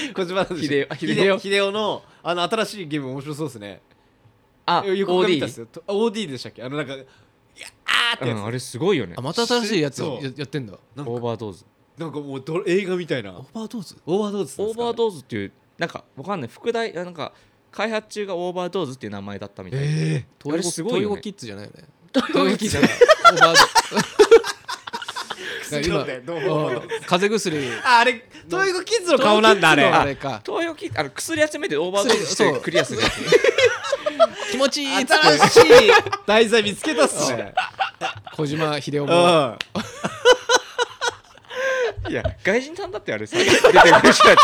う 小島なんで
秀
したっ
夫あ
け
秀夫
秀夫のあの新しいゲーム面白そうですね
あ、
え横から見たんです
OD。
よと OD でしたっけあのなんかいやあーって
う
やつ、
ん、あれすごいよね
あ。また新しいやつを
そう
ややってんだ
なんか
オーバードーズ。
なんかもうど映画みたいな
オーバードーズ
オーバードーズですかね
オーバードーズっていうなんかわかんない副題あなんか開発中がオーバードーズっていう名前だったみたいな。
え
あれすごいよね
東洋キッズじゃないよね東洋キッズじゃないオーバー
ー、
ド
どうだよどう
今うん風邪薬
ああれトイゴキッズの顔なんだあれ
あ
あ
れか
東洋キッあの薬集めてオーバードーズし
そう
てクリアするやつ。
気持ちいいっつって
新しい題材見つけたっすね
小島秀夫
う
も
ん
いや、外人さんだってあれさ、出てくる人たち。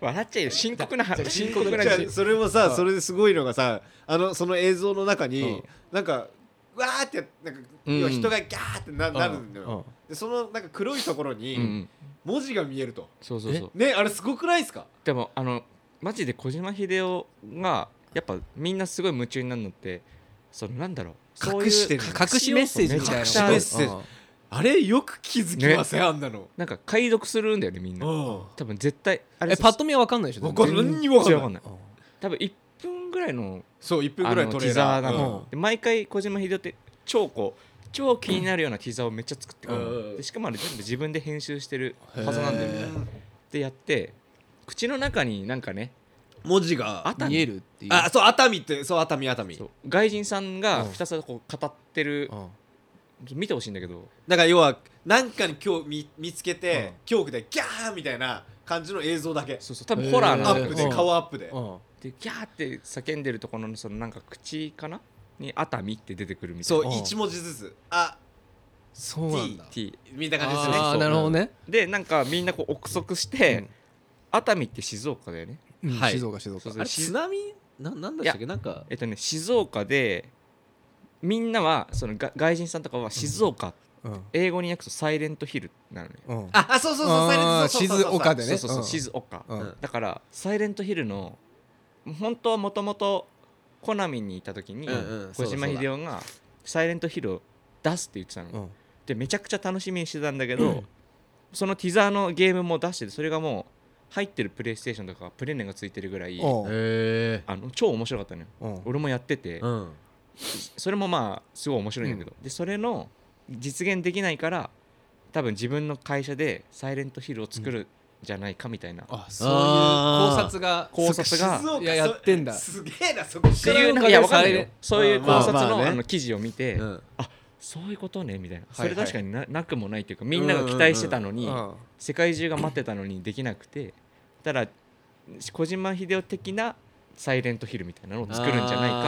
笑っちゃうよ、深刻な、深刻な
じゃあ
事実
それもさ
うん
それですごいのがさあのその映像の中に、
うん
なんかわーってなんか、
うん
要は人がギャーってな,、なるの
うんう
よ
ん、
でそのなんか黒いところ
うんう
に
ん、
文字が見えると、
そうそうそう。
ねあれすごくないですか
でも、あの、マジで小島秀夫が、やっぱみんなすごい夢中になるのって、そのなんだろう、そういう
隠してる
隠しメッセージみたいな
め
ちゃくちゃメッセージあれよく気づきません、あんなの
なんか解読するんだよねみん
う
なん多分絶対あれ
えパッと見は分かんないでしょ
わかんない何にもわかんない
全然わ多分1分ぐらいの
そう1分
あ
ぐらい
の
ト
テ
レ
ィ
ー
ザ
ラ
ー
ー
なの、で毎回小島秀夫って超こう超気になるようなティザーをめっちゃ作ってくるの、
うん
でしかもあれ全部自分で編集してる
うん
はずなんだよ
へ
ね
ー
でやって口の中になんかね
文字が
熱海
見えるっていう
あそう熱海ってそう熱海熱海
そう外人さんが
うん
ひたすらこう語ってる、
うん
見てほしいんだけど
なんか要はなんかに今日見見つけて、
うん
恐怖でギャーみたいな感じの映像だけ
そうそう多分ホラー
えー
な
ア
んだ
ッ
よ、
プ
で
で、
うん
顔アップで、
うん
ギャーって叫んでるところのそのなんか口かなに熱海って出てくるみたい
そ
な
う
うん
一文字ずつあ
そうなんだ
T
みたいな感じですね
あ
そ
あ
う
なるほどね
でなんかみんなこう憶測し
う
て
ん、
熱海って静岡だよね
うん
はい
静岡静岡
そうそう
あれ津波ななんでしたっけなんか
えっとね静岡でみんなはそのが外人さんとかは静岡、
うん
英語に訳すとサイレントヒルなのね、
うん
ああそうそうそうそれ
あー
そうそうそう
静岡でね
そうそうそう、
ん
静岡、
うん
うん
だからサイレントヒルの本当はもともとコナミにいた時に
うんうん
小島
そうだそうだ
秀夫がサイレントヒルを出すって言ってたの、
うん
でめちゃくちゃ楽しみにしてたんだけど、そのティザーのゲームも出しててそれがもう入ってるプレイステーションとかプレネがついてるぐらい
うん
へ
あの超面白かったのよ
うん
俺もやってて、
ん
それもまあすごい面白いんだけど、でそれの実現できないから多分自分の会社でサイレントヒルを作るんじゃないかみたいな、
あそういう考察が
考察が
静岡
いややってんだ
そすげえなそこ
っ
か
て
ら
いう
それを
なんかいやわかんない
サイレ
よ
ン
そういう考察の,、
まあまあね
あの記事を見て、
うん
そういうことねみたいな、
はいはい
それ確かにななくもないというかみんなが期待してたのに、
うん
世界中が待ってたのにできなくてただ小島秀夫的なサイレントヒルみたいなのを作るんじゃないかみたいな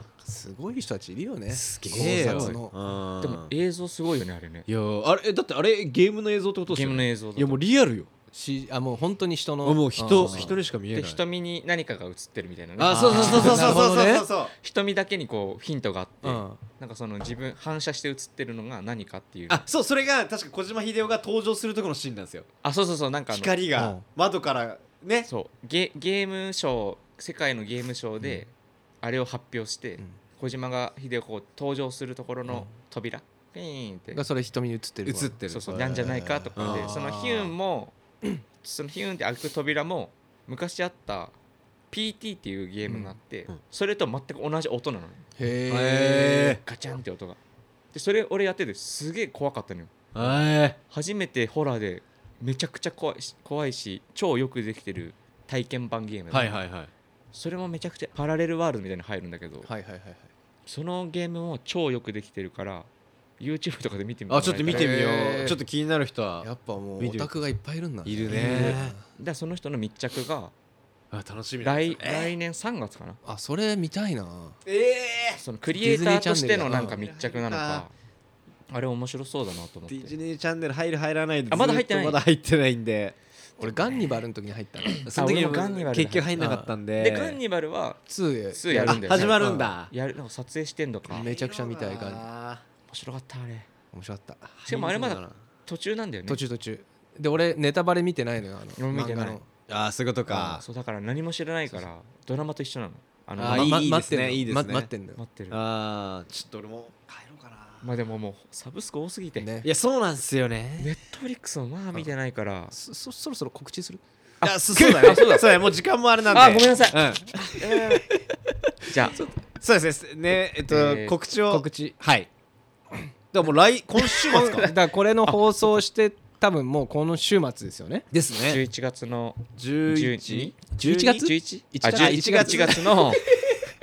あ
すごい人たちいるよね
ーすげえ
考
よ
察の
でも映像すごいよねあれね
いやーあれえだってあれゲームの映像ってことです
ゲー
よ
ムの
ね
映像だ
いやも
と
うリアルよ
しあもう本当に人の
もう人
ん
人にしか見え
で
ない
瞳に何かが映ってるみたいなね
あそうそうそうそうそうそうそうそう
瞳だけにこうヒントがあって、
うん
なんかその自分反射して映ってるのが何かっていう
あそうそれが確か小島秀夫が登場するとこのシーンなんですよ
あそうそうそうなんかあの
光
う
が
ん
窓からね
そうゲゲームショー世界のゲームショーであれを発表して、
うん
小島が秀夫こう登場するところの扉、ピーンって
がそれ瞳に映ってる
映
わ
ってる
そうそうなんじゃないかとか
あ
で
ー
そのヒュンも そのヒュンって開く扉も昔あった PT っていうゲームがあって、
うんうん
それと全く同じ音なのね
へえ
ガチャンって音がでそれ俺やっててすげえ怖かったのよ
え
初めてホラーでめちゃくちゃ怖いし怖いし超よくできてる体験版ゲームで、
はいはいはい
それもめちゃくちゃパラレルワールドみたいに入るんだけど、
はいはいはいはい
そのゲームも超よくできてるから YouTube とかで見てみてもら
あ
えた
ちょっ
ら
と見てみよ
へ
う
ー
ちょっと気になる人は
やっぱもう
見
オ
てる
タクがいっぱいいるんだ
いるね
でその人の密着が
あ楽しみだ
来来年3月かな
あそれ見たいな
ええ
そのクリエイターとして
ディズニーチャン
の
ネル
なんか密着なの
だ
かあれ面白そうだなと思っ
ディズ
て
ニーチャンネル入る入らないで
あまだ入ってない
ずとまだ入ってないんで
俺ガンニバルの時に入ったの
その時
俺もガンニバルだ
結局入んなかったんで
でカンニバルは
2
2
へ
やるんだよね
あ始まるんだ
やるなんか撮影してんのか
うん
面
めちゃくちゃ見たいガンニ
あ
白かったあれ
面白かった
しかもあれまだ途中なんだよね
途中途中で俺ネタバレ見てないのよあの
俺も見てない
漫画の
あーそういうことか
そうだから何も知らないからドラマと一緒なのあの
あー
ま
いい
ま
ですね
待ってんの
いいですね
ま待ってんのよ
待ってる
ああちょっと俺も帰ろうかな
まあでももうサブスク多すぎてネ
ね
いやそうなんすよね
ットフリックスもまあ見てないから
そそそろそろ告知する
いやそそうだねそうだねもう時間もあれなんで
あごめんなさい
うん
じゃあ
そうですねねえっと、
えー
告知を
告知
はいでもう来今週末か
だからこれの放送して多分もうこの週末 ですよね
ですね
11月の
11
11月
11?
一
あ
月
11月
一
1
月
月の
12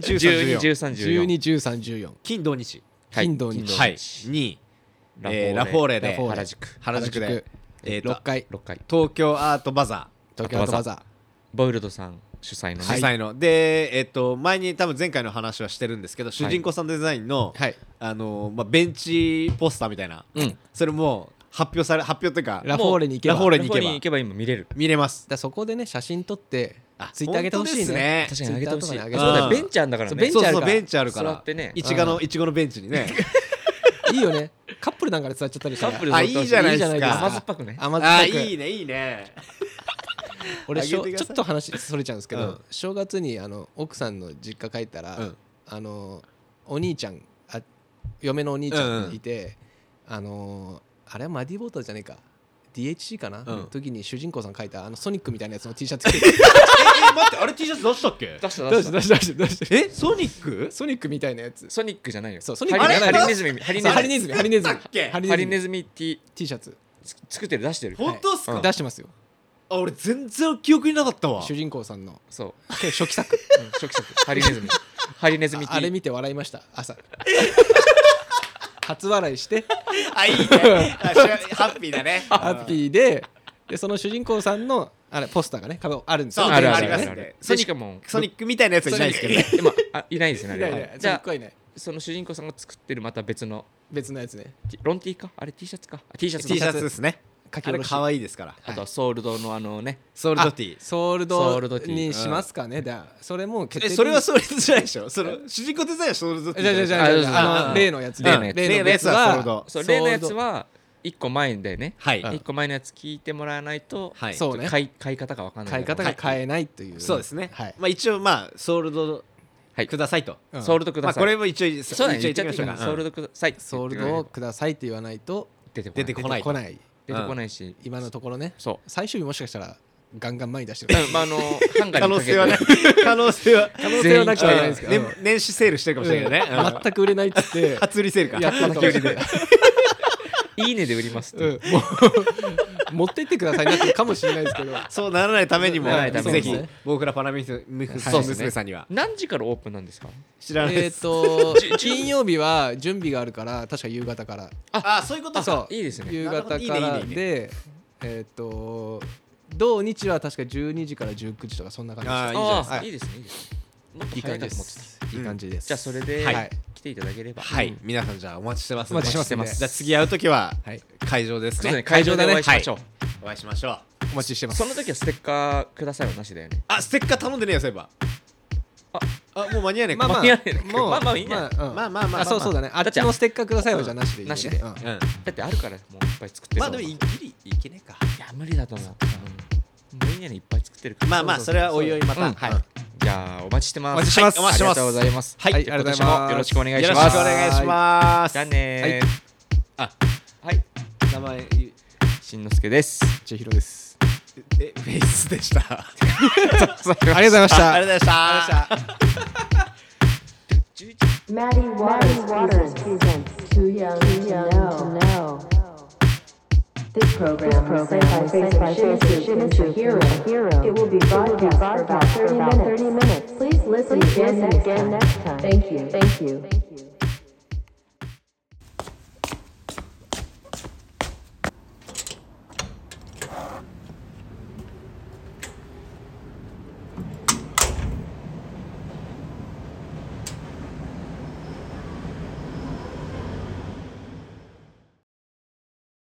13 14
121314
121314
金土日
金土日
はいにえーラ
ラ
フ
フ
ォ
ォ
ー
ー
レ
レ
で
ラフォーレ
原宿
原宿
原
で
宿
えーと
6回
6回
東京アートバザ
東京アートバザ
ボイルドさん主催のね
ー主催の、でえっ、と前に多分前回の話はしてるんですけど主人公さんデザインの、
ーはい
あのーまあ、ベンチポスターみたいな、
うん
それも発表され発表というか
ラフォーレに行けば
ラフォーレ
ラ
に
フ
行け
ォーレに
ば
行けば今見れる
見れます
だそこでね写真撮って
あ
ツイッター上げてほしい
本当
ね
です
確かにあげてほしい
Twitter とかに
そ
あ
う
げて
だよ
うん
ベンチャーだから
そう
ね
ベン
そ
チャ
う
ー
そう
あるから
ベンチあるか
座
ら
ってね
いちごのいちごのベンチに ね
いいよねカップルなんかで座っちゃったりしたら
カップル
あいいじゃないです
いいじゃない
か
甘酸っぱくね
甘酸
あ
っぱく
いいねいい ね
俺しょ
あげてくだ
ち
さ
ょ
い
っと話それちゃうんですけど、
うん
正月にあの奥さんの実家帰ったら、
うん
あのお兄ちゃんあ嫁のお兄ちゃんがいて、あのーあれはマディ・ボーターじゃねえか DHC かな、
うん
時に主人公さん書いたあのソニックみたいなやつの T シャツ着て
え待ってあれ T シャツ出したっけ
出 した出
出
し
したて出して出して出して
えソニック
ソニックみたいなやつ
ソニックじゃないよ
そうソニック
ハリ
じゃない
ハリネズミハリネ
そう
ズミ
ハリネズミハリネズミ
だっけ
ハ
ハリ
リネ
ネ
ズミ
ズミ T
T シャツ
つ作ってる出してる
本当っすか、
はいうん
出してますよ
あ俺全然記憶になかったわ
主人公さんの
そう
け初期作
初期作ハリネズミハリネズミ T
ああれ見て笑いました朝 初笑いして
あいいねあし ゅハッピーだね
ハッピーででその主人公さんのあれポスターがね壁あるんです
そ
よ
う
あるあ
あり
る
ま
あ
す
る
ね
ある
ソニック
でしかも
ソニックみたいなやつはいないですけどね
でもあいないですねあ
い
れ
や
はい
や
じ
じゃ
ゃ
っ
あ
こいない
その主人公さんが作ってるまた別の
別のやつね
T- ロン T かあれ T シャツかあ T シャツ
T シャツで
です
ね
書き
あ
下
れ
ろし
可愛いですから
あとはソールドのあのね
ソウルドティー
ソール
ソールド
ド
T
にしますかねだからそれも決定
え
的に
それはソウルドじゃないでしょその主人公デザインはソウルドティ
じゃ
ー
じゃじゃ
あ
じ
そ
ゃじ
うそうそう
ゃ
う
あ
ん
の例のやつ
例のやつ
例の
例
やつ
のやつはソールド
は
そう例のやつ
ソールド
は1個前でね
はい
1個前のやつ聞いてもらわないと
はい
そうね
買い買い方が分かんない
買い方が変えないという
そうですね、
はい
まあ一応まあソールド
はい
くださいと、
うん
ソールドく
ま
だ
あ
さい
これも一応
そうだね
一
言
応
っ
言まし
ちゃっていいかな
ょうか
ソールドください
ソールドをくださいって言わないと
出てこな
出
い
て
出
こ
てこない
出てこないし
今のところね
そ
最終日もしかしたらガンガン前に出して
う
る
うんまああのハンガ
可
ーに
能
かけて
性はね 可能性は
可能性はなくてはないですけど
うん年年始セールしてるかもしれないけどね、うん
全く売れないっ つって
初売りセールか
やったのかもしれない
いいねで売りますって
うんもう 持ってってくださいになってるかもしれないですけど
そうならないためにも
ならないため
ぜ
に
ひ
も
僕らパラミスミフ
そうですね
娘さんには
何時からオープンなんですか
知らない
え
で
っ
す、
と金曜日は準備があるから確か夕方から
あそういうことか
そう
いいですね
夕方
なるほど
か
いいね
ら
いいね
でえっと土日は確か12時から19時とかそんな感じ
あーいいじゃないですか
ああいいですねいいですねもっと
いい
早い
感
か
じで
と思ってた
す。いい感じです。
じゃあそれで
はい
来ていただければ
はい、
うん
皆さんじゃあお待ちしてます
お待ちしてますんで
じゃあ次会う時は
はい
会場です
そうだね
ね
会場でお会いしましょう
はお会いしましょう
お待ちしてます。
その時はステッカーくださいはなしだよね
あステッカー頼んでねえよそういえば
あ
あもう間に合わねえか
まあまあ
間に合わない、
もう
まあまあいいんじゃない
まあうん
まあまあまあまあ
あそうそうだね。あっちのステッカーくださいはじゃなしでいいよね。
なしで
うん
うん
だってあるからもういっぱい作ってる
まあでもいギリいけねえか
いや無理だと思う、うん、もういいねいっぱい作ってるから
まあまあそれはおいおいまた、
うん
はい、
うんじゃあお待ちしてます
お待ちしてます
はいありがとうございます
はい
はいありがとうございます
今年もよろしくお願い
よ
し
ろ
ま
し
す
くお願いします
じゃあねー
はい
あはい
名前言う
しんのすけです
千尋です。
えフェイスでした
ありがとうございました
あ。りがとうございました
11
Maddie Waters, presents Too Young, to, know. This program, is sent by Faith by Mr. Hero. It will be broadcast for about 30 minutes. Please listen again next time. Thank you. Thank you.